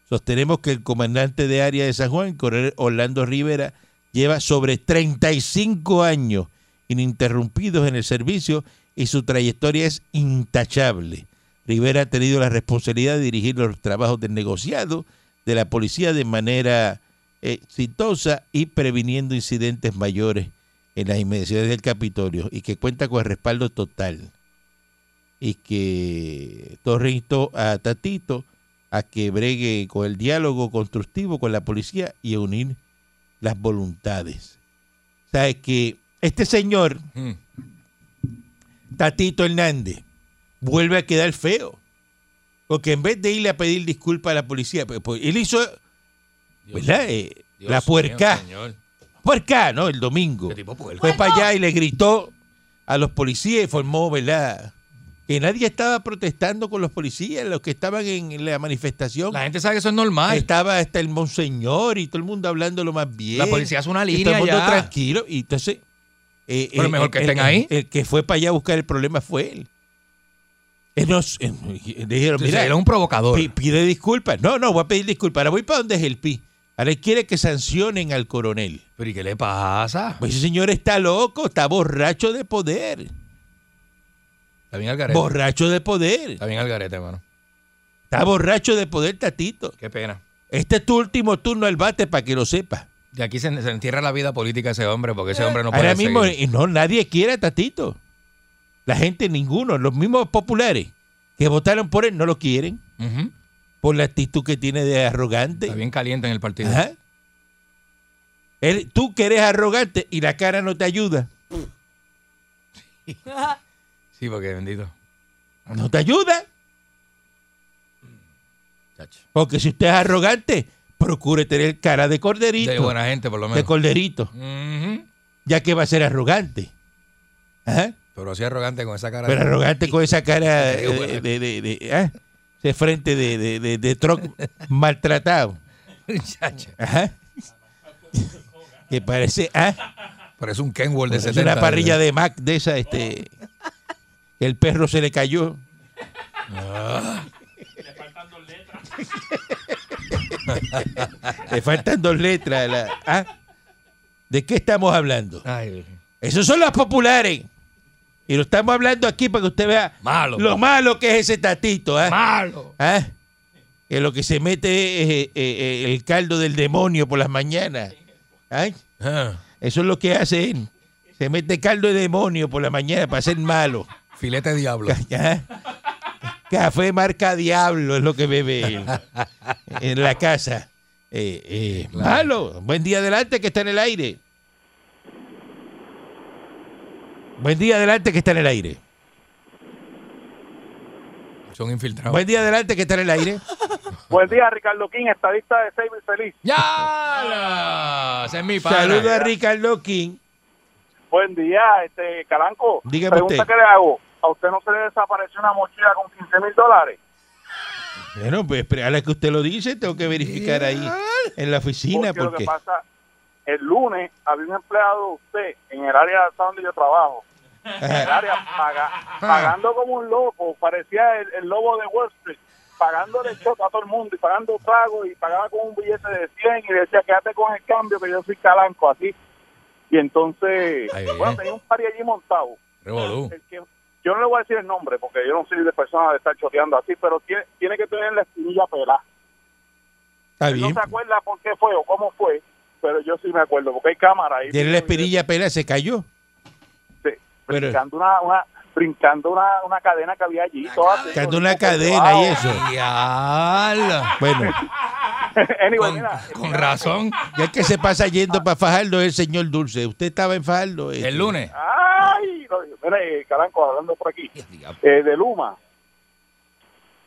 Speaker 3: Sostenemos que el comandante de área de San Juan, coronel Orlando Rivera, lleva sobre 35 años ininterrumpidos en el servicio y su trayectoria es intachable. Rivera ha tenido la responsabilidad de dirigir los trabajos del negociado de la policía de manera exitosa y previniendo incidentes mayores en las inmediaciones del Capitolio y que cuenta con el respaldo total. Y que Torres instó a Tatito a que bregue con el diálogo constructivo con la policía y a unir las voluntades. O sea, es que este señor,
Speaker 4: Mm.
Speaker 3: Tatito Hernández, vuelve a quedar feo. Porque en vez de irle a pedir disculpas a la policía, pues, pues, él hizo
Speaker 4: Dios-
Speaker 3: ¿verdad? Eh,
Speaker 4: Dios
Speaker 3: la
Speaker 4: mío,
Speaker 3: puerca.
Speaker 4: señor.
Speaker 3: puerca, ¿no? El domingo.
Speaker 4: Qué tipo puerco.
Speaker 3: Fue para allá y le gritó a los policías y formó, ¿verdad? Que nadie estaba protestando con los policías, los que estaban en la manifestación.
Speaker 4: La gente sabe que eso es normal.
Speaker 3: Estaba hasta el monseñor y todo el mundo hablando lo más bien.
Speaker 4: La policía hace una
Speaker 3: Y todo el
Speaker 4: línea
Speaker 3: mundo
Speaker 4: ya.
Speaker 3: tranquilo. Y entonces. eh,
Speaker 4: Pero
Speaker 3: eh,
Speaker 4: mejor que
Speaker 3: el-
Speaker 4: estén
Speaker 3: el-
Speaker 4: ahí.
Speaker 3: El, que fue para allá a buscar el problema fue él. Él nos. eh, dijeron,
Speaker 4: Mira,
Speaker 3: mira,
Speaker 4: era un provocador.
Speaker 3: pi- pide disculpas. No, no, voy a pedir disculpas. Ahora voy para donde es el PI. Ahora él quiere que sancionen al coronel.
Speaker 4: Pero ¿y qué le pasa?
Speaker 3: Pues ese señor está loco, está borracho de poder.
Speaker 4: Está bien al garete.
Speaker 3: Borracho de poder.
Speaker 4: Está bien al garete, hermano.
Speaker 3: Está borracho de poder, Tatito.
Speaker 4: Qué pena.
Speaker 3: Este es tu último turno al bate para que lo sepas.
Speaker 4: De aquí se, se entierra la vida política de ese hombre, porque ese hombre no puede
Speaker 3: Ahora mismo,
Speaker 4: seguir.
Speaker 3: eh, no, nadie quiere a Tatito. La gente, ninguno. Los mismos populares que votaron por él no lo quieren
Speaker 4: Ujú.
Speaker 3: por la actitud que tiene de arrogante.
Speaker 4: Está bien caliente en el partido.
Speaker 3: Ajá. Él- tú que eres arrogante y la cara no te ayuda.
Speaker 4: Sí, porque bendito.
Speaker 3: No te ayuda. Porque si usted es arrogante, procure tener cara de corderito.
Speaker 4: De buena gente, por lo
Speaker 3: de
Speaker 4: menos.
Speaker 3: corderito.
Speaker 4: Ujú.
Speaker 3: Ya que va a ser arrogante. Ajá.
Speaker 4: Pero así arrogante con esa cara.
Speaker 3: Pero arrogante con esa cara
Speaker 4: Qué
Speaker 3: eh,
Speaker 4: bueno.
Speaker 3: de, de- de- ¿ah? ese frente de, de, de, de Trump maltratado.
Speaker 4: Chacho.
Speaker 3: Ajá. Que parece, ah,
Speaker 4: Parece un Kenworth de
Speaker 3: es
Speaker 4: 70.
Speaker 3: una parrilla de Mac de esa, este, que el perro se le cayó.
Speaker 4: Ah.
Speaker 3: Le faltan dos letras. Le faltan dos letras. la- ah. ¿De qué estamos hablando?
Speaker 4: Ay, Virgen.
Speaker 3: Esos son los populares. Y lo estamos hablando aquí para que usted vea
Speaker 4: Malo. pues.
Speaker 3: lo malo que es ese tatito. ¿ah?
Speaker 4: Malo.
Speaker 3: ¿Ah? Que lo que se mete es eh, eh, eh, el caldo del demonio por las mañanas. ¿Ay?
Speaker 4: Ah.
Speaker 3: Eso es lo que hace él. Se mete caldo de demonio por la mañana para ser malo.
Speaker 4: Filete de diablo.
Speaker 3: ¿Ah? Café marca Diablo es lo que bebe él en la casa. Eh, eh, Malo. Buen día adelante que está en el aire. Buen día adelante que está en el aire.
Speaker 4: Son infiltrados.
Speaker 3: Buen día adelante que está en el aire.
Speaker 7: Buen día, Ricardo King, estadista de Saber Feliz.
Speaker 4: ¡Ya! Ese es mi padre.
Speaker 3: Saludo a Ricardo King.
Speaker 7: Buen día, este Calanco.
Speaker 3: Dígame
Speaker 7: pregunta
Speaker 3: usted.
Speaker 7: que le hago. ¿A usted no se le desapareció una mochila con 15 mil dólares?
Speaker 3: Bueno, pues pero a la que usted lo dice, tengo que verificar ahí en la oficina
Speaker 7: Porque lo
Speaker 3: porque
Speaker 7: que pasa, el lunes había un empleado de usted en el área donde yo trabajo. En el área paga- pagando como un loco, parecía el, el lobo de Wall Street, pagándole choque a todo el mundo y pagando tragos y pagaba con un billete de 100 y decía, quédate con el cambio que yo soy calanco, así. Y entonces,
Speaker 4: Ahí
Speaker 7: bueno,
Speaker 4: viene.
Speaker 7: tenía un pari allí montado.
Speaker 4: Revolú.
Speaker 7: El que- yo no le voy a decir el nombre porque yo no soy de persona de estar choteando así, pero tiene, tiene que tener la espinilla pelada.
Speaker 3: está
Speaker 7: Él No
Speaker 3: bien.
Speaker 7: se acuerda por qué fue o cómo fue, pero yo sí me acuerdo porque hay cámara ahí.
Speaker 3: Tiene la espirilla pela, se cayó.
Speaker 7: Sí,
Speaker 3: Pero-
Speaker 7: brincando una, una, brincando una, una cadena que había allí. toda así,
Speaker 3: Cantó
Speaker 7: con-
Speaker 3: una
Speaker 7: con-
Speaker 3: cadena y eso.
Speaker 4: ¡Diablo!
Speaker 3: Bueno,
Speaker 7: Anyway,
Speaker 4: Con,
Speaker 7: mira,
Speaker 4: con razón.
Speaker 3: ya que se pasa yendo para Fajardo el señor Dulce. Usted estaba en Fajardo. este.
Speaker 4: El lunes.
Speaker 7: Ay, no, mira, eh, Caranco, hablando por aquí.
Speaker 4: Diablo.
Speaker 7: Eh, de Luma,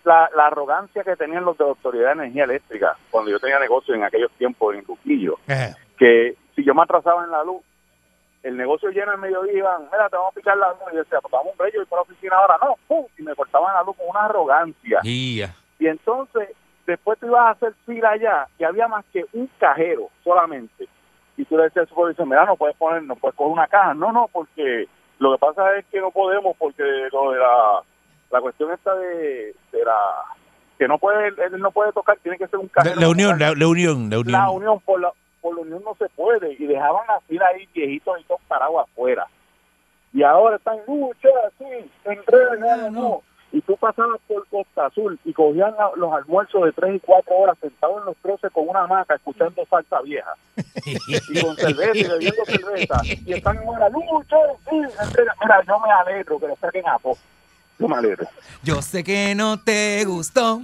Speaker 7: la, la arrogancia que tenían los de la Autoridad de Energía Eléctrica cuando yo tenía negocio en aquellos tiempos en Luquillo,
Speaker 3: Ajá.
Speaker 7: que si yo me atrasaba en la luz, el negocio lleno al mediodía iban, mira, te vamos a picar la luz. Y yo decía, pues vamos, hombre, yo voy para la oficina ahora. No, pum, y me cortaban la luz con una arrogancia.
Speaker 4: Ya.
Speaker 7: Y entonces, después tú ibas a hacer fila allá y había más que un cajero solamente. Y tú le decías al supervisor, mira, no puedes poner, no puedes coger una caja. No, no, porque lo que pasa es que no podemos, porque lo de la, la cuestión esta de, de la... que no puede, él no puede tocar, tiene que ser un
Speaker 3: La,
Speaker 7: cajero.
Speaker 3: la unión, la, la unión, la unión.
Speaker 7: La unión, por la, por la unión no se puede. Y dejaban la fila ahí viejitos y todos parados afuera. Y ahora están lucha así, en redes, no, no. Y tú pasabas por Costa Azul y cogían la- los almuerzos de tres y cuatro horas sentados en los troces con una hamaca escuchando salsa vieja. Y con cerveza y bebiendo cerveza. Y están en una lucha así. en redes. Mira, yo me alegro que lo saquen a poco. Yo me alegro.
Speaker 4: Yo sé que no te gustó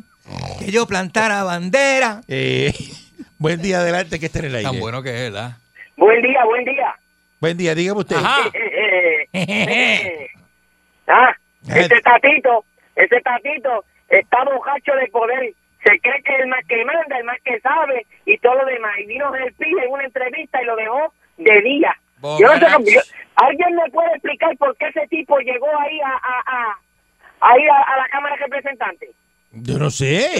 Speaker 4: que yo plantara bandera.
Speaker 3: Eh, buen día, adelante, que esté en el aire.
Speaker 4: Tan bueno que es, ¿verdad?
Speaker 8: Buen día, buen día.
Speaker 3: Buen día, dígame usted.
Speaker 4: Ajá.
Speaker 8: Eh, eh, eh. Ah, ese tatito, ese tatito está bocacho de poder. Se cree que es el más que manda, el más que sabe y todo lo demás. Y vino el pibe en una entrevista y lo dejó de día. Yo no sé cómo- yo- ¿Alguien me puede explicar por qué ese tipo llegó ahí a, a, a, ahí a, a la Cámara de Representantes?
Speaker 3: Yo no sé.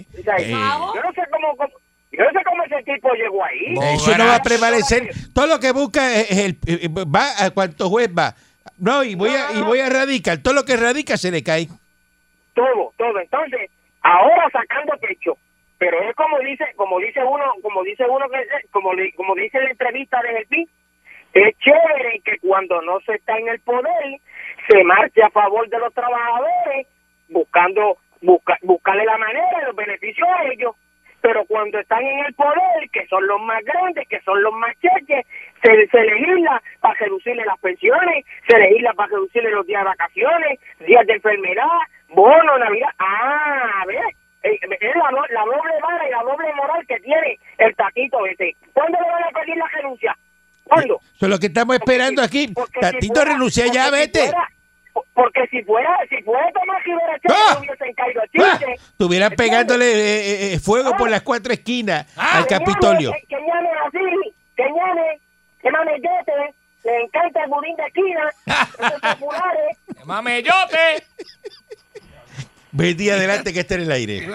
Speaker 3: eh,
Speaker 8: O sea,
Speaker 3: eh,
Speaker 8: Yo no sé cómo, cómo- yo no sé cómo ese tipo llegó ahí.
Speaker 3: eh, eso no va a prevalecer. Todo lo que busca es el, eh, va a cuanto juez va. No, y voy a, y voy a radicar. Todo lo que radica se le cae.
Speaker 8: todo, todo. Entonces, ahora sacando pecho, pero es como dice, como dice uno, como dice uno que como le- como dice la entrevista de Gelpi, es chévere que cuando no se está en el poder se marche a favor de los trabajadores buscando busca- buscarle la manera y los beneficios a ellos. Pero cuando están en el poder, que son los más grandes, que son los más cheques, se, se legisla para reducirle las pensiones, se legisla para reducirle los días de vacaciones, días de enfermedad, bono, Navidad. Ah, ¿ves? Eh, Es la, do- la doble vara y la doble moral que tiene el taquito ese. ¿Cuándo le van a pedir la renuncia? ¿Cuándo?
Speaker 3: Eso es lo que estamos esperando aquí.
Speaker 8: Porque si
Speaker 3: Tatito,
Speaker 8: fuera-
Speaker 3: renuncia ya,
Speaker 8: porque si
Speaker 3: vete.
Speaker 8: fuera- porque si fuera, si fuera Tomás Rivera Chávez,
Speaker 3: ¡Ah!
Speaker 8: no hubiesen caído a
Speaker 3: Ah,
Speaker 8: chiste.
Speaker 3: Estuvieran pegándole eh, eh, eh, fuego
Speaker 8: Ah.
Speaker 3: por las cuatro esquinas al
Speaker 8: Que llame, eh,
Speaker 3: Capitolio.
Speaker 8: Que, que llame así, que llame, que mameyote, le encanta el budín de esquina, los populares.
Speaker 4: ¡Mameyote!
Speaker 3: Buen día, adelante, que esté en el aire.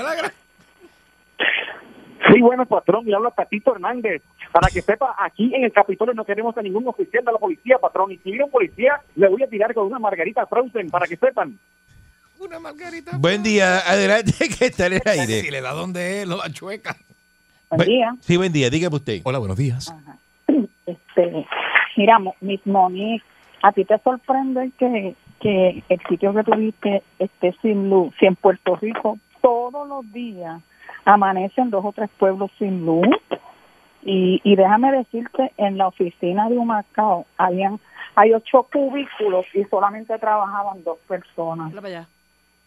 Speaker 7: Sí, bueno, patrón, y habla Tatito Hernández. Para que sepa, aquí en el Capitolio no queremos a ningún oficial de la policía, patrón. Y si viene un policía, le voy a tirar con una margarita frozen, para que sepan.
Speaker 4: Una margarita.
Speaker 3: Buen día, adelante, que esté en el
Speaker 4: Si
Speaker 3: aire.
Speaker 4: le da donde es, lo achueca.
Speaker 9: Buen día.
Speaker 3: Sí, buen día, dígame usted.
Speaker 4: Hola, buenos días.
Speaker 9: Este, mira, Mo- Miss Monique, ¿a ti te sorprende que, que el sitio que tuviste esté sin luz? Si en Puerto Rico todos los días amanecen dos o tres pueblos sin luz. Y, y déjame decirte, en la oficina de Humacao habían, hay ocho cubículos y solamente trabajaban dos personas.
Speaker 6: Habla para allá.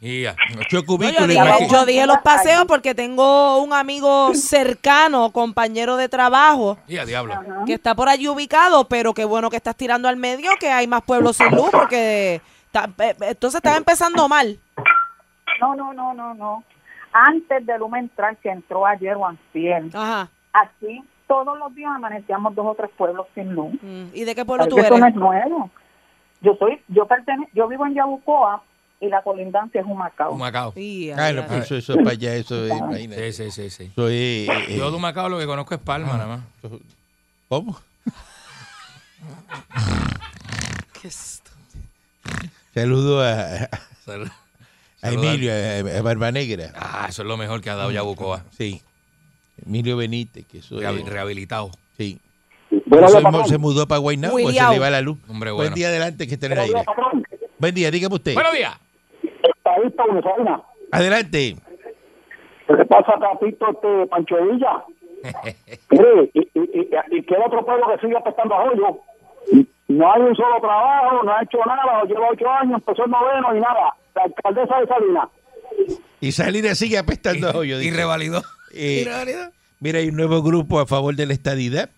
Speaker 4: Ya.
Speaker 3: Yo
Speaker 6: No, yo,
Speaker 3: cubículo,
Speaker 6: dije,
Speaker 3: imagínate.
Speaker 6: yo dije los paseos porque tengo un amigo cercano, compañero de trabajo,
Speaker 4: Ya, diablo.
Speaker 6: que está por allí ubicado, pero qué bueno que estás tirando al medio, que hay más pueblos sin luz, eh, porque está- eh, entonces estaba empezando mal.
Speaker 9: No, no, no, no, no. antes de Luma entrar, que entró ayer o antier.
Speaker 1: Ajá.
Speaker 9: Así, todos los días amanecíamos dos o tres pueblos sin luz.
Speaker 1: Mm, ¿Y de qué pueblo tú
Speaker 9: Porque
Speaker 1: eres?
Speaker 9: Eso no es nuevo. Yo soy, yo pertene yo vivo en Yabucoa y la colindancia es Humacao.
Speaker 4: Humacao.
Speaker 1: Y,
Speaker 3: Ah, no, pero eso, eso es para allá, eso es. imagínate.
Speaker 4: Sí, sí, sí, sí.
Speaker 3: Eso es, eh, Ah. eh,
Speaker 4: Yo de Humacao lo que conozco es Palma, nada más.
Speaker 3: ¿Cómo?
Speaker 1: ¿Qué es esto?
Speaker 3: Saludo a, a
Speaker 4: Sal- saludar.
Speaker 3: Emilio, a, a Barba Negra.
Speaker 4: Ah, eso es lo mejor que ha dado Yabucoa.
Speaker 3: Mm. Sí. Emilio Benítez, que eso
Speaker 4: Rehabil-
Speaker 3: es.
Speaker 4: Rehabilitado.
Speaker 3: Sí.
Speaker 10: Buenos
Speaker 3: Eso
Speaker 10: días,
Speaker 3: es mo-
Speaker 10: patrón.
Speaker 3: se mudó para Guaynabo, pues se
Speaker 1: William.
Speaker 3: le va la luz.
Speaker 4: Hombre,
Speaker 3: Buen
Speaker 4: bueno.
Speaker 3: día adelante que esté en el
Speaker 10: Buenos días,
Speaker 3: aire.
Speaker 10: patrón.
Speaker 3: Buen día, dígame usted.
Speaker 4: Buenos días.
Speaker 10: Estadista venezolana.
Speaker 3: Adelante.
Speaker 10: ¿Qué le pasa a Capito este, Pancho Villa? Mire, y, y, y, y que el otro pueblo que sigue apestando a hoyo. No hay un solo trabajo, no ha hecho nada, lleva ocho años, empezó el noveno y nada. La alcaldesa de Salinas.
Speaker 3: Y Salinas sigue apestando a hoyo.
Speaker 4: Y
Speaker 3: dice.
Speaker 4: revalidó.
Speaker 3: Eh, mira, hay un nuevo grupo a favor de la estadidad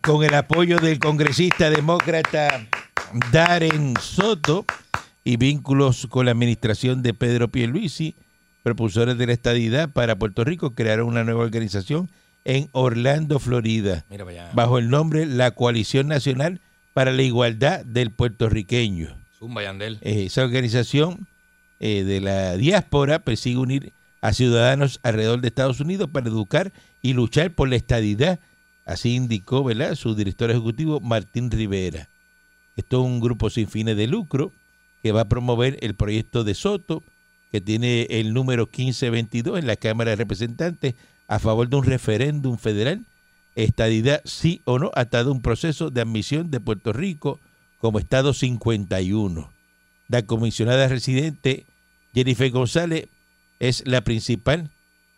Speaker 3: con el apoyo del congresista demócrata Darren Soto y vínculos con la administración de Pedro Pierluisi, propulsores de la estadidad para Puerto Rico, crearon una nueva organización en Orlando, Florida,
Speaker 4: Mira para allá.
Speaker 3: bajo el nombre la Coalición Nacional para la Igualdad del Puertorriqueño.
Speaker 4: Zumba Yandel.
Speaker 3: Eh, esa organización eh, de la diáspora persigue unir a ciudadanos alrededor de Estados Unidos para educar y luchar por la estadidad. Así indicó ¿verdad? su director ejecutivo Martín Rivera. Esto es un grupo sin fines de lucro que va a promover el proyecto de Soto, que tiene el número 1522 en la Cámara de Representantes, a favor de un referéndum federal, estadidad sí o no, atado a un proceso de admisión de Puerto Rico como Estado 51. La comisionada residente Jennifer González es la principal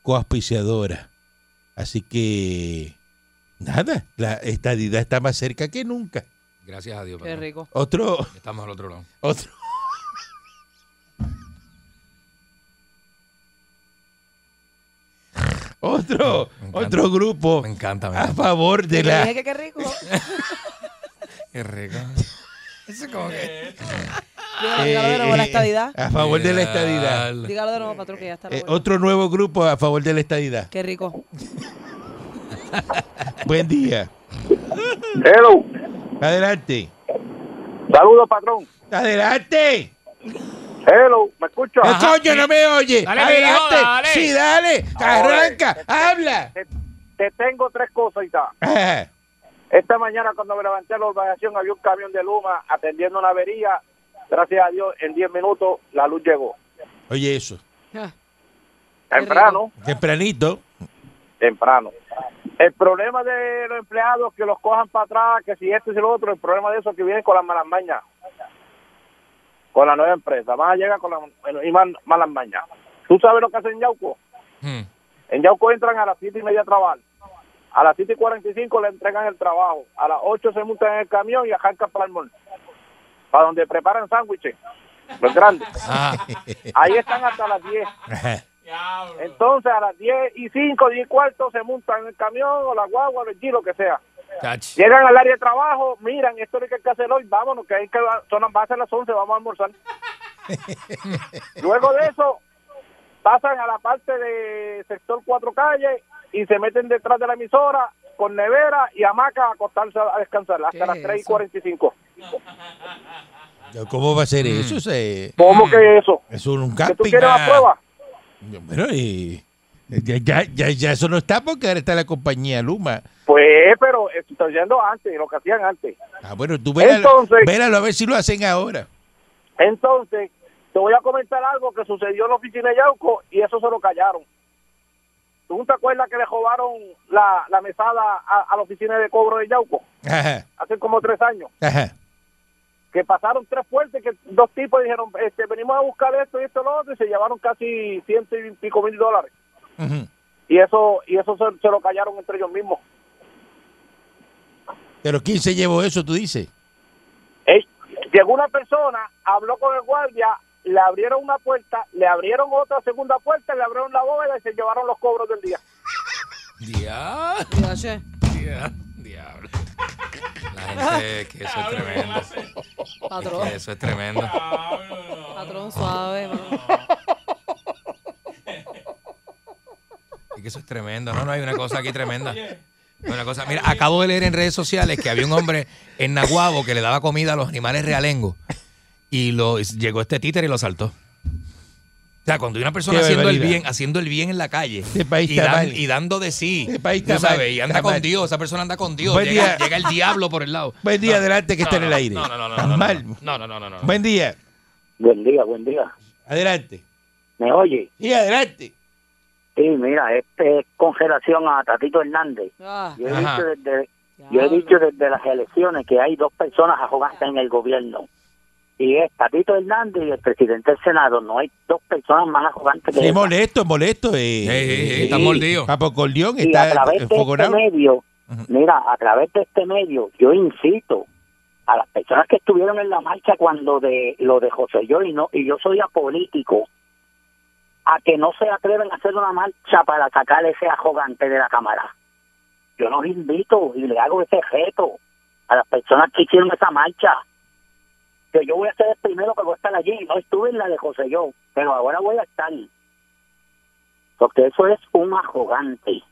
Speaker 3: coauspiciadora. Así que, nada, la estadidad está más cerca que nunca.
Speaker 4: Gracias a Dios.
Speaker 1: Qué
Speaker 4: patrón.
Speaker 1: rico.
Speaker 3: Otro,
Speaker 4: Estamos al otro lado.
Speaker 3: otro. Otro,
Speaker 4: Me encanta.
Speaker 3: otro grupo
Speaker 4: Me encanta, me
Speaker 3: a
Speaker 4: encanta.
Speaker 3: favor de
Speaker 1: Yo
Speaker 3: la...
Speaker 1: dije que qué rico.
Speaker 4: Qué rico. Eso como que...
Speaker 1: Dígalo, dígalo de nuevo, la
Speaker 3: eh,
Speaker 1: estadidad.
Speaker 3: A favor de la estadidad.
Speaker 1: Dígalo de nuevo, patrón, que ya está. la
Speaker 3: Eh,
Speaker 1: vuelta.
Speaker 3: otro nuevo grupo a favor de la estadidad.
Speaker 1: Qué rico.
Speaker 3: Buen día.
Speaker 10: Hello.
Speaker 3: Adelante.
Speaker 10: Saludos, patrón.
Speaker 3: Adelante.
Speaker 10: Hello, ¿me escucha?
Speaker 3: No, coño, no me oye.
Speaker 4: Dale,
Speaker 3: Adelante.
Speaker 4: mijo, dale.
Speaker 3: Sí, dale. Arranca. Habla.
Speaker 10: Te, te tengo tres cosas, Ita.
Speaker 3: Ajá.
Speaker 10: Esta mañana cuando me levanté a la urbanización había un camión de Luma atendiendo una avería. Gracias a Dios, en 10 minutos la luz llegó.
Speaker 3: Oye, eso.
Speaker 1: Ah,
Speaker 10: Temprano,
Speaker 3: Tempranito.
Speaker 10: temprano. El problema de los empleados que los cojan para atrás, que si esto y si lo otro, el problema de eso es que vienen con las malas mañas. Con la nueva empresa. Van a llegar con las y man- malas mañas. ¿Tú sabes lo que hacen en Yauco?
Speaker 4: Hmm.
Speaker 10: En Yauco entran a las siete y media a trabajar. A las siete y cuarenta y cinco le entregan el trabajo. A las 8 se montan en el camión y arrancan para el mall. Para donde preparan sándwiches. Los grandes.
Speaker 4: Ah,
Speaker 10: Ahí están hasta las 10.
Speaker 3: Ajá.
Speaker 10: Entonces a las 10 y 5, 10 y cuarto se montan en el camión o la guagua, o el giro, lo que sea.
Speaker 4: chach.
Speaker 10: Llegan al área de trabajo, miran, esto es lo que hay que hacer hoy, vámonos, que, hay que son las bases a las 11, vamos a almorzar. Luego de eso, pasan a la parte de sector cuatro calles y se meten detrás de la emisora con nevera y hamaca a acostarse a a descansar
Speaker 1: ¿Qué
Speaker 10: hasta las
Speaker 1: es
Speaker 10: 3 y
Speaker 1: eso?
Speaker 10: 45.
Speaker 3: ¿Cómo va a ser
Speaker 4: Mm.
Speaker 3: eso? Se-
Speaker 10: ¿Cómo que eso?
Speaker 3: Es un, un
Speaker 10: ¿Que tú
Speaker 3: camping.
Speaker 10: quieres la
Speaker 3: ah.
Speaker 10: prueba?
Speaker 3: Bueno, y eh, ya, ya, ya, ya eso no está porque ahora está la compañía Luma.
Speaker 10: Pues, pero estoy yendo antes, lo que hacían antes.
Speaker 3: Ah, bueno, tú véralo,
Speaker 10: Entonces-
Speaker 3: véralo a ver si lo hacen ahora.
Speaker 10: Entonces, te voy a comentar algo que sucedió en la oficina de Yauco y eso se lo callaron. ¿Tú no te acuerdas que le robaron la, la mesada a, a la oficina de cobro de Yauco
Speaker 3: Ajá,
Speaker 10: hace como tres años?
Speaker 3: ajá.
Speaker 10: Que pasaron tres fuertes, que dos tipos dijeron, este, venimos a buscar esto y esto y lo otro, y se llevaron casi ciento y pico mil dólares.
Speaker 3: ujú.
Speaker 10: Y eso, y eso se, se lo callaron entre ellos mismos.
Speaker 3: Pero ¿quién se llevó eso, tú dices?
Speaker 10: Ey, Llegó una persona, habló con el guardia, le abrieron una puerta, le abrieron otra segunda puerta, le abrieron la bóveda y se llevaron los cobros del día.
Speaker 4: Dia-
Speaker 1: ya sé.
Speaker 4: dia- Diablo. La gente, que eso es tremendo.
Speaker 1: Patrón,
Speaker 4: Eso es tremendo.
Speaker 1: patrón suave. mano.
Speaker 4: que eso es tremendo. No, no, hay una cosa aquí tremenda. Una cosa, mira, acabo de leer en redes sociales que había un hombre en Naguabo que le daba comida a los animales realengos y lo, llegó este títere y lo saltó. O sea, cuando hay una persona
Speaker 3: Qué
Speaker 4: haciendo el
Speaker 3: barbaridad.
Speaker 4: bien, haciendo el bien en la calle
Speaker 3: Este país
Speaker 4: y,
Speaker 3: está
Speaker 4: dan-
Speaker 3: mal.
Speaker 4: y dando de sí,
Speaker 3: Este país
Speaker 4: tú
Speaker 3: está
Speaker 4: sabes,
Speaker 3: mal,
Speaker 4: y anda
Speaker 3: está
Speaker 4: con
Speaker 3: mal.
Speaker 4: Dios, esa persona anda con Dios,
Speaker 3: Buen
Speaker 4: llega,
Speaker 3: día.
Speaker 4: llega el diablo por el lado.
Speaker 3: Buen día,
Speaker 4: No,
Speaker 3: adelante que
Speaker 4: no,
Speaker 3: está en
Speaker 4: no,
Speaker 3: el
Speaker 4: no,
Speaker 3: aire.
Speaker 4: No, no, no, no, no,
Speaker 3: Mal.
Speaker 4: no, no, no, no, no.
Speaker 3: Buen día,
Speaker 11: Buen día, buen día.
Speaker 3: adelante.
Speaker 11: ¿Me oye?
Speaker 3: Y adelante.
Speaker 11: Sí, mira, este es congelación a Tatito Hernández.
Speaker 6: Ah,
Speaker 11: Yo he,
Speaker 4: Ajá.
Speaker 11: dicho desde, yo he dicho desde las elecciones que hay dos personas arrogantes en el gobierno. Y es Tatito Hernández y el presidente del Senado. No hay dos personas más arrogantes que
Speaker 3: Sí,
Speaker 11: esa.
Speaker 3: molesto, molesto. Eh,
Speaker 4: Ey, ey, ey,
Speaker 3: eh,
Speaker 4: está mordido.
Speaker 3: Papo Corleón
Speaker 11: y a
Speaker 3: está
Speaker 11: través de este
Speaker 3: enfogonado.
Speaker 11: medio,
Speaker 3: Ujú.
Speaker 11: mira, a través de este medio, yo incito a las personas que estuvieron en la marcha cuando de lo de José yo y no y yo soy apolítico a que no se atreven a hacer una marcha para sacar ese arrogante de la cámara. Yo los invito y le hago ese reto a las personas que hicieron esa marcha. Que yo voy a ser el primero que voy a estar allí. No estuve en la de José yo, pero ahora voy a estar. Porque eso es un arrogante.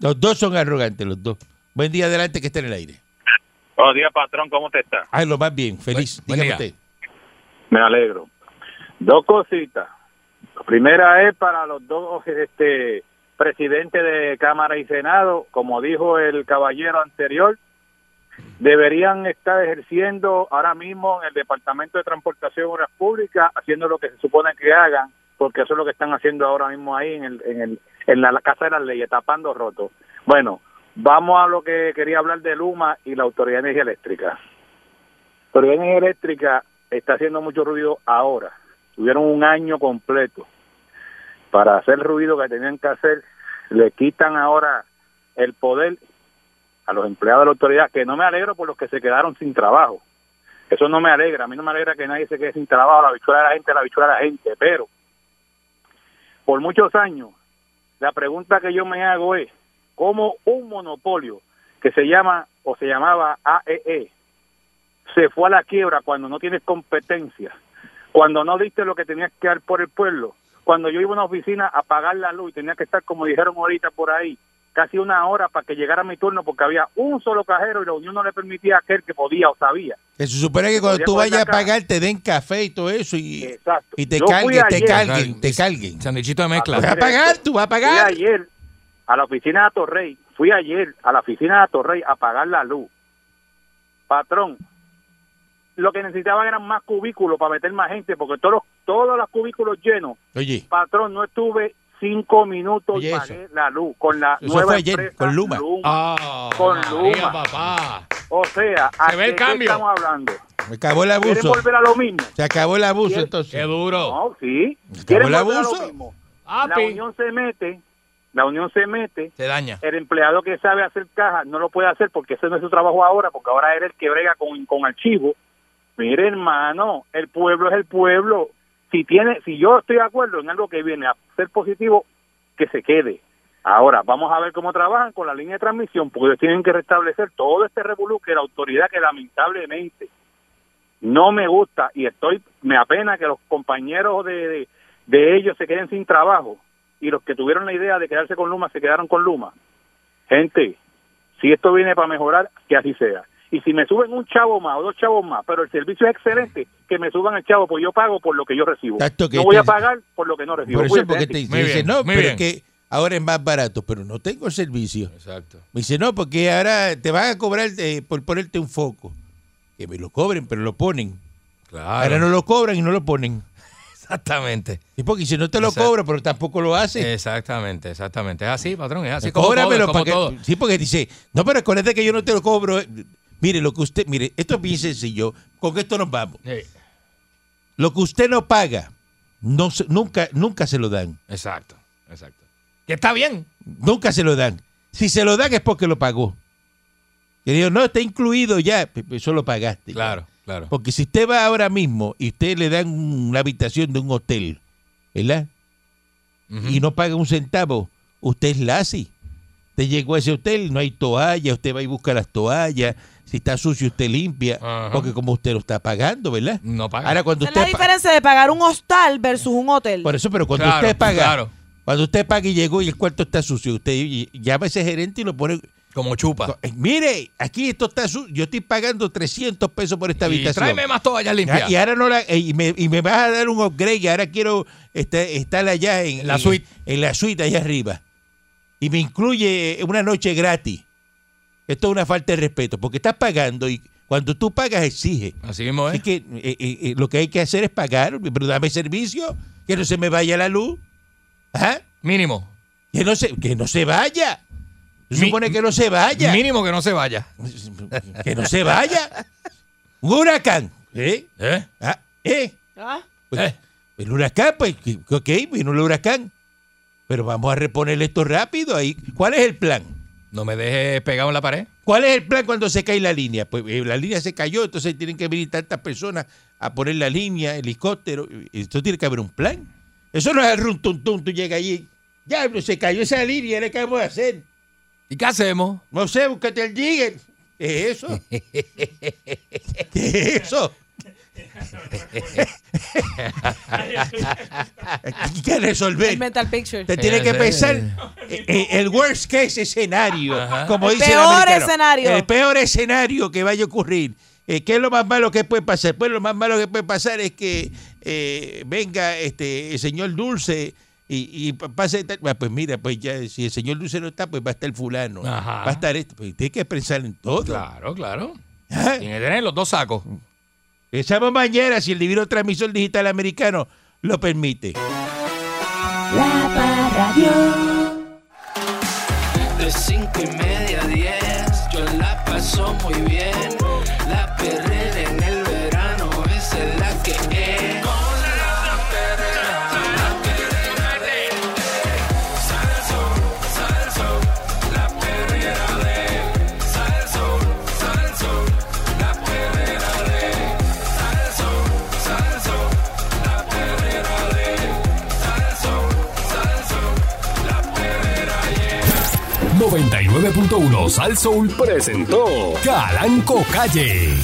Speaker 3: Los dos son arrogantes, los dos. Buen día, adelante que está en el aire.
Speaker 11: Buenos días, oh, patrón, ¿cómo te está?
Speaker 3: Ay, lo más bien, feliz.
Speaker 4: Buen- buen
Speaker 3: Dígame
Speaker 4: día.
Speaker 3: usted.
Speaker 11: Me alegro. Dos cositas. La primera es para los dos este, presidentes de Cámara y Senado, como dijo el caballero anterior, deberían estar ejerciendo ahora mismo en el Departamento de Transportación y Obras Públicas, haciendo lo que se supone que hagan, porque eso es lo que están haciendo ahora mismo ahí en, el, en, el- en la Casa de las Leyes, tapando roto. Bueno, vamos a lo que quería hablar de Luma y la Autoridad de Energía Eléctrica. Pero la energía eléctrica está haciendo mucho ruido ahora. Tuvieron un año completo para hacer el ruido que tenían que hacer. Le quitan ahora el poder a los empleados de la autoridad, que no me alegro por los que se quedaron sin trabajo. Eso no me alegra. A mí no me alegra que nadie se quede sin trabajo. La bichuela de la gente, la bichuela de la gente. Pero por muchos años, la pregunta que yo me hago es, ¿cómo un monopolio que se llama o se llamaba AEE, se fue a la quiebra cuando no tienes competencia, cuando no diste lo que tenías que dar por el pueblo, cuando yo iba a una oficina a pagar la luz y tenía que estar, como dijeron ahorita por ahí, casi una hora para que llegara mi turno porque había un solo cajero y la unión no le permitía a aquel que podía o sabía.
Speaker 3: Que se supone que cuando
Speaker 11: Podría
Speaker 3: tú
Speaker 11: poner
Speaker 3: vayas a
Speaker 11: acá.
Speaker 3: pagar te den café y todo eso y,
Speaker 11: Exacto.
Speaker 3: y te
Speaker 11: Yo fui
Speaker 3: carguen, te
Speaker 11: ayer-
Speaker 3: carguen, te carguen.
Speaker 4: Sandwichito de
Speaker 3: Vas a
Speaker 4: mezcla.
Speaker 11: Mira,
Speaker 3: pagar, tú vas a
Speaker 11: Fui
Speaker 3: pagar.
Speaker 11: ayer a la oficina de Torrey, fui ayer a la oficina de Torrey a pagar la luz. Patrón, lo que necesitaban eran más cubículos para meter más gente, porque todos los, todos los cubículos llenos
Speaker 3: Oye,
Speaker 11: Patrón, no estuve cinco minutos
Speaker 3: Oye,
Speaker 11: y
Speaker 3: eso.
Speaker 11: pagué la luz con la
Speaker 3: Eso
Speaker 11: nueva
Speaker 3: fue ayer,
Speaker 11: empresa
Speaker 3: con Luma.
Speaker 4: Ah,
Speaker 11: Con
Speaker 4: María,
Speaker 11: Luma.
Speaker 4: papá.
Speaker 11: O sea, ¿a
Speaker 4: Se ve el
Speaker 11: qué
Speaker 4: cambio.
Speaker 11: estamos hablando?
Speaker 3: se acabó el
Speaker 11: ¿Quieren
Speaker 3: abuso.
Speaker 11: volver a lo mismo?
Speaker 3: Se acabó el abuso
Speaker 11: ¿Quiere-
Speaker 4: Qué
Speaker 3: entonces.
Speaker 4: duro.
Speaker 11: No, sí.
Speaker 3: Acabó
Speaker 11: ¿Quieren
Speaker 3: el
Speaker 11: volver a
Speaker 3: abuso.
Speaker 11: lo mismo?
Speaker 4: Ah,
Speaker 11: La unión se mete, la unión se mete,
Speaker 4: Se daña.
Speaker 11: el empleado que sabe hacer caja no lo puede hacer porque ese no es su trabajo ahora, porque ahora eres el que brega con, con archivo. Mire, hermano, el pueblo es el pueblo. Si tiene, si yo estoy de acuerdo en algo que viene a ser positivo, que se quede. Ahora, vamos a ver cómo trabajan con la línea de transmisión, porque ellos tienen que restablecer todo este revolú que la autoridad, que lamentablemente no me gusta y estoy, me apena que los compañeros de, de, de ellos se queden sin trabajo y los que tuvieron la idea de quedarse con Luma se quedaron con Luma. Gente, si esto viene para mejorar, que así sea. Y si me suben un chavo más o dos chavos más, pero el servicio es excelente, que me suban el chavo, pues yo pago por lo que yo recibo.
Speaker 3: Exacto que
Speaker 11: no voy a
Speaker 3: este-
Speaker 11: pagar por lo que no recibo.
Speaker 3: Por eso
Speaker 11: Cuídense,
Speaker 3: es porque
Speaker 11: gente.
Speaker 3: te dice,
Speaker 4: Muy
Speaker 3: dice,
Speaker 4: bien,
Speaker 3: no,
Speaker 4: muy
Speaker 3: pero
Speaker 4: bien.
Speaker 3: es que ahora es más barato, pero no tengo servicio.
Speaker 4: Exacto.
Speaker 3: Me dice, no, porque ahora te van a cobrar eh, por ponerte un foco. Que me lo cobren, pero lo ponen. Ahora no
Speaker 4: Claro.
Speaker 3: lo cobran y no lo ponen.
Speaker 4: Exactamente.
Speaker 3: Y porque si no te lo
Speaker 4: Exacto.
Speaker 3: cobran, pero tampoco lo hacen.
Speaker 4: Exactamente, exactamente. Es así, patrón, es así.
Speaker 3: Pues
Speaker 4: Como
Speaker 3: cóbramelo
Speaker 4: todo, es como
Speaker 3: para
Speaker 4: todo.
Speaker 3: que- Sí, porque dice, no, pero acuérdate que yo no te lo cobro. eh". Mire, lo que usted, mire, esto es bien sencillo. Con esto nos vamos.
Speaker 4: Eh,
Speaker 3: Lo que usted no paga, no, se- nunca, nunca se lo dan.
Speaker 4: Exacto, exacto. Que está bien.
Speaker 3: Nunca se lo dan. Si se lo dan es porque lo pagó. Y digo, no, está incluido ya. Pe- pe- Eso lo pagaste.
Speaker 4: Claro, claro.
Speaker 3: Porque si usted va ahora mismo y usted le dan una habitación de un hotel, ¿verdad?
Speaker 4: Ujú.
Speaker 3: y no paga un centavo, usted es lazi. Te llegó a ese hotel, no hay toalla, usted va y busca las toallas. Si está sucio, usted limpia.
Speaker 4: Ajá.
Speaker 3: Porque como usted lo está pagando, ¿verdad?
Speaker 4: No paga.
Speaker 3: Ahora, cuando
Speaker 6: Esa es la
Speaker 3: usted. pa-
Speaker 6: diferencia de pagar un hostal versus un hotel.
Speaker 3: Por eso, pero cuando
Speaker 4: Claro,
Speaker 3: usted paga.
Speaker 4: claro.
Speaker 3: Cuando usted paga y llegó y el cuarto está sucio, usted y- y llama a ese gerente y lo pone.
Speaker 4: Como chupa.
Speaker 3: Eh, Mire, aquí esto está sucio. Yo estoy pagando 300 pesos por esta
Speaker 4: Y
Speaker 3: habitación.
Speaker 4: tráeme más toallas
Speaker 3: Ah,
Speaker 4: limpias.
Speaker 3: Y ahora no la, eh, y, me, y me vas a dar un upgrade y ahora quiero este- estar allá en
Speaker 4: La
Speaker 3: en-
Speaker 4: suite.
Speaker 3: En la suite allá arriba. Y me incluye una noche gratis. Esto es una falta de respeto, porque estás pagando y cuando tú pagas exige.
Speaker 4: Así mismo
Speaker 3: Así
Speaker 4: es.
Speaker 3: que eh, eh, eh, lo que hay que hacer es pagar, pero dame servicio, que no se me vaya la luz. Ajá.
Speaker 4: Mínimo.
Speaker 3: ¿Ah? Que no se, que no se vaya. Se
Speaker 4: Mi-
Speaker 3: supone que no se vaya.
Speaker 4: Mínimo que no se vaya.
Speaker 3: Que no se vaya. Un huracán. ¿Eh?
Speaker 4: ¿Eh?
Speaker 3: Ah, ¿Eh?
Speaker 6: Ah,
Speaker 3: Pues,
Speaker 4: Eh.
Speaker 3: El huracán, pues, que- que- ok, vino el huracán. Pero vamos a reponer esto rápido ahí. ¿Cuál es el plan?
Speaker 4: No me dejes pegado en la pared.
Speaker 3: ¿Cuál es el plan cuando se cae la línea? Pues eh, la línea se cayó, entonces tienen que venir tantas personas a poner la línea, helicóptero. eh, Esto tiene que haber un plan. Eso no es el rum tum tum, tú llegas allí. Ya, pero se cayó esa línea, ¿qué vamos a hacer?
Speaker 4: ¿Y qué hacemos?
Speaker 3: No sé, búscate el Jigger. ¿Qué es eso? ¿Qué es eso? Hay que resolver.
Speaker 6: el mental picture.
Speaker 3: Te tiene que
Speaker 4: sí.
Speaker 3: pensar eh, eh, el worst case escenario, como
Speaker 6: El
Speaker 3: dice el
Speaker 6: peor
Speaker 3: americano.
Speaker 6: escenario.
Speaker 3: El peor escenario que vaya a ocurrir. Eh, ¿Qué es lo más malo que puede pasar? Pues lo más malo que puede pasar es que eh, venga este el señor Dulce y, y pa- pase tal- Ah, Pues mira, pues ya si el señor Dulce no está, pues va a estar fulano.
Speaker 4: Ajá.
Speaker 3: Va a estar esto. Pues tiene que pensar en todo.
Speaker 4: Claro, claro.
Speaker 3: Ajá.
Speaker 4: Tiene que tener los dos sacos.
Speaker 3: Pensamos mañana si el divino transmisor digital americano lo permite.
Speaker 2: La Parradio.
Speaker 12: De cinco y media a 10, yo la paso muy bien. La perrera en el verano, esa es la que es. Con la perrera, la perrera de Salso, salso, la perrera de Salso, salso, la perrera de Salso, salso, la perrera de Salso, salso, la perrera de
Speaker 1: 99.1 Sal Soul presentó Calanco Calle.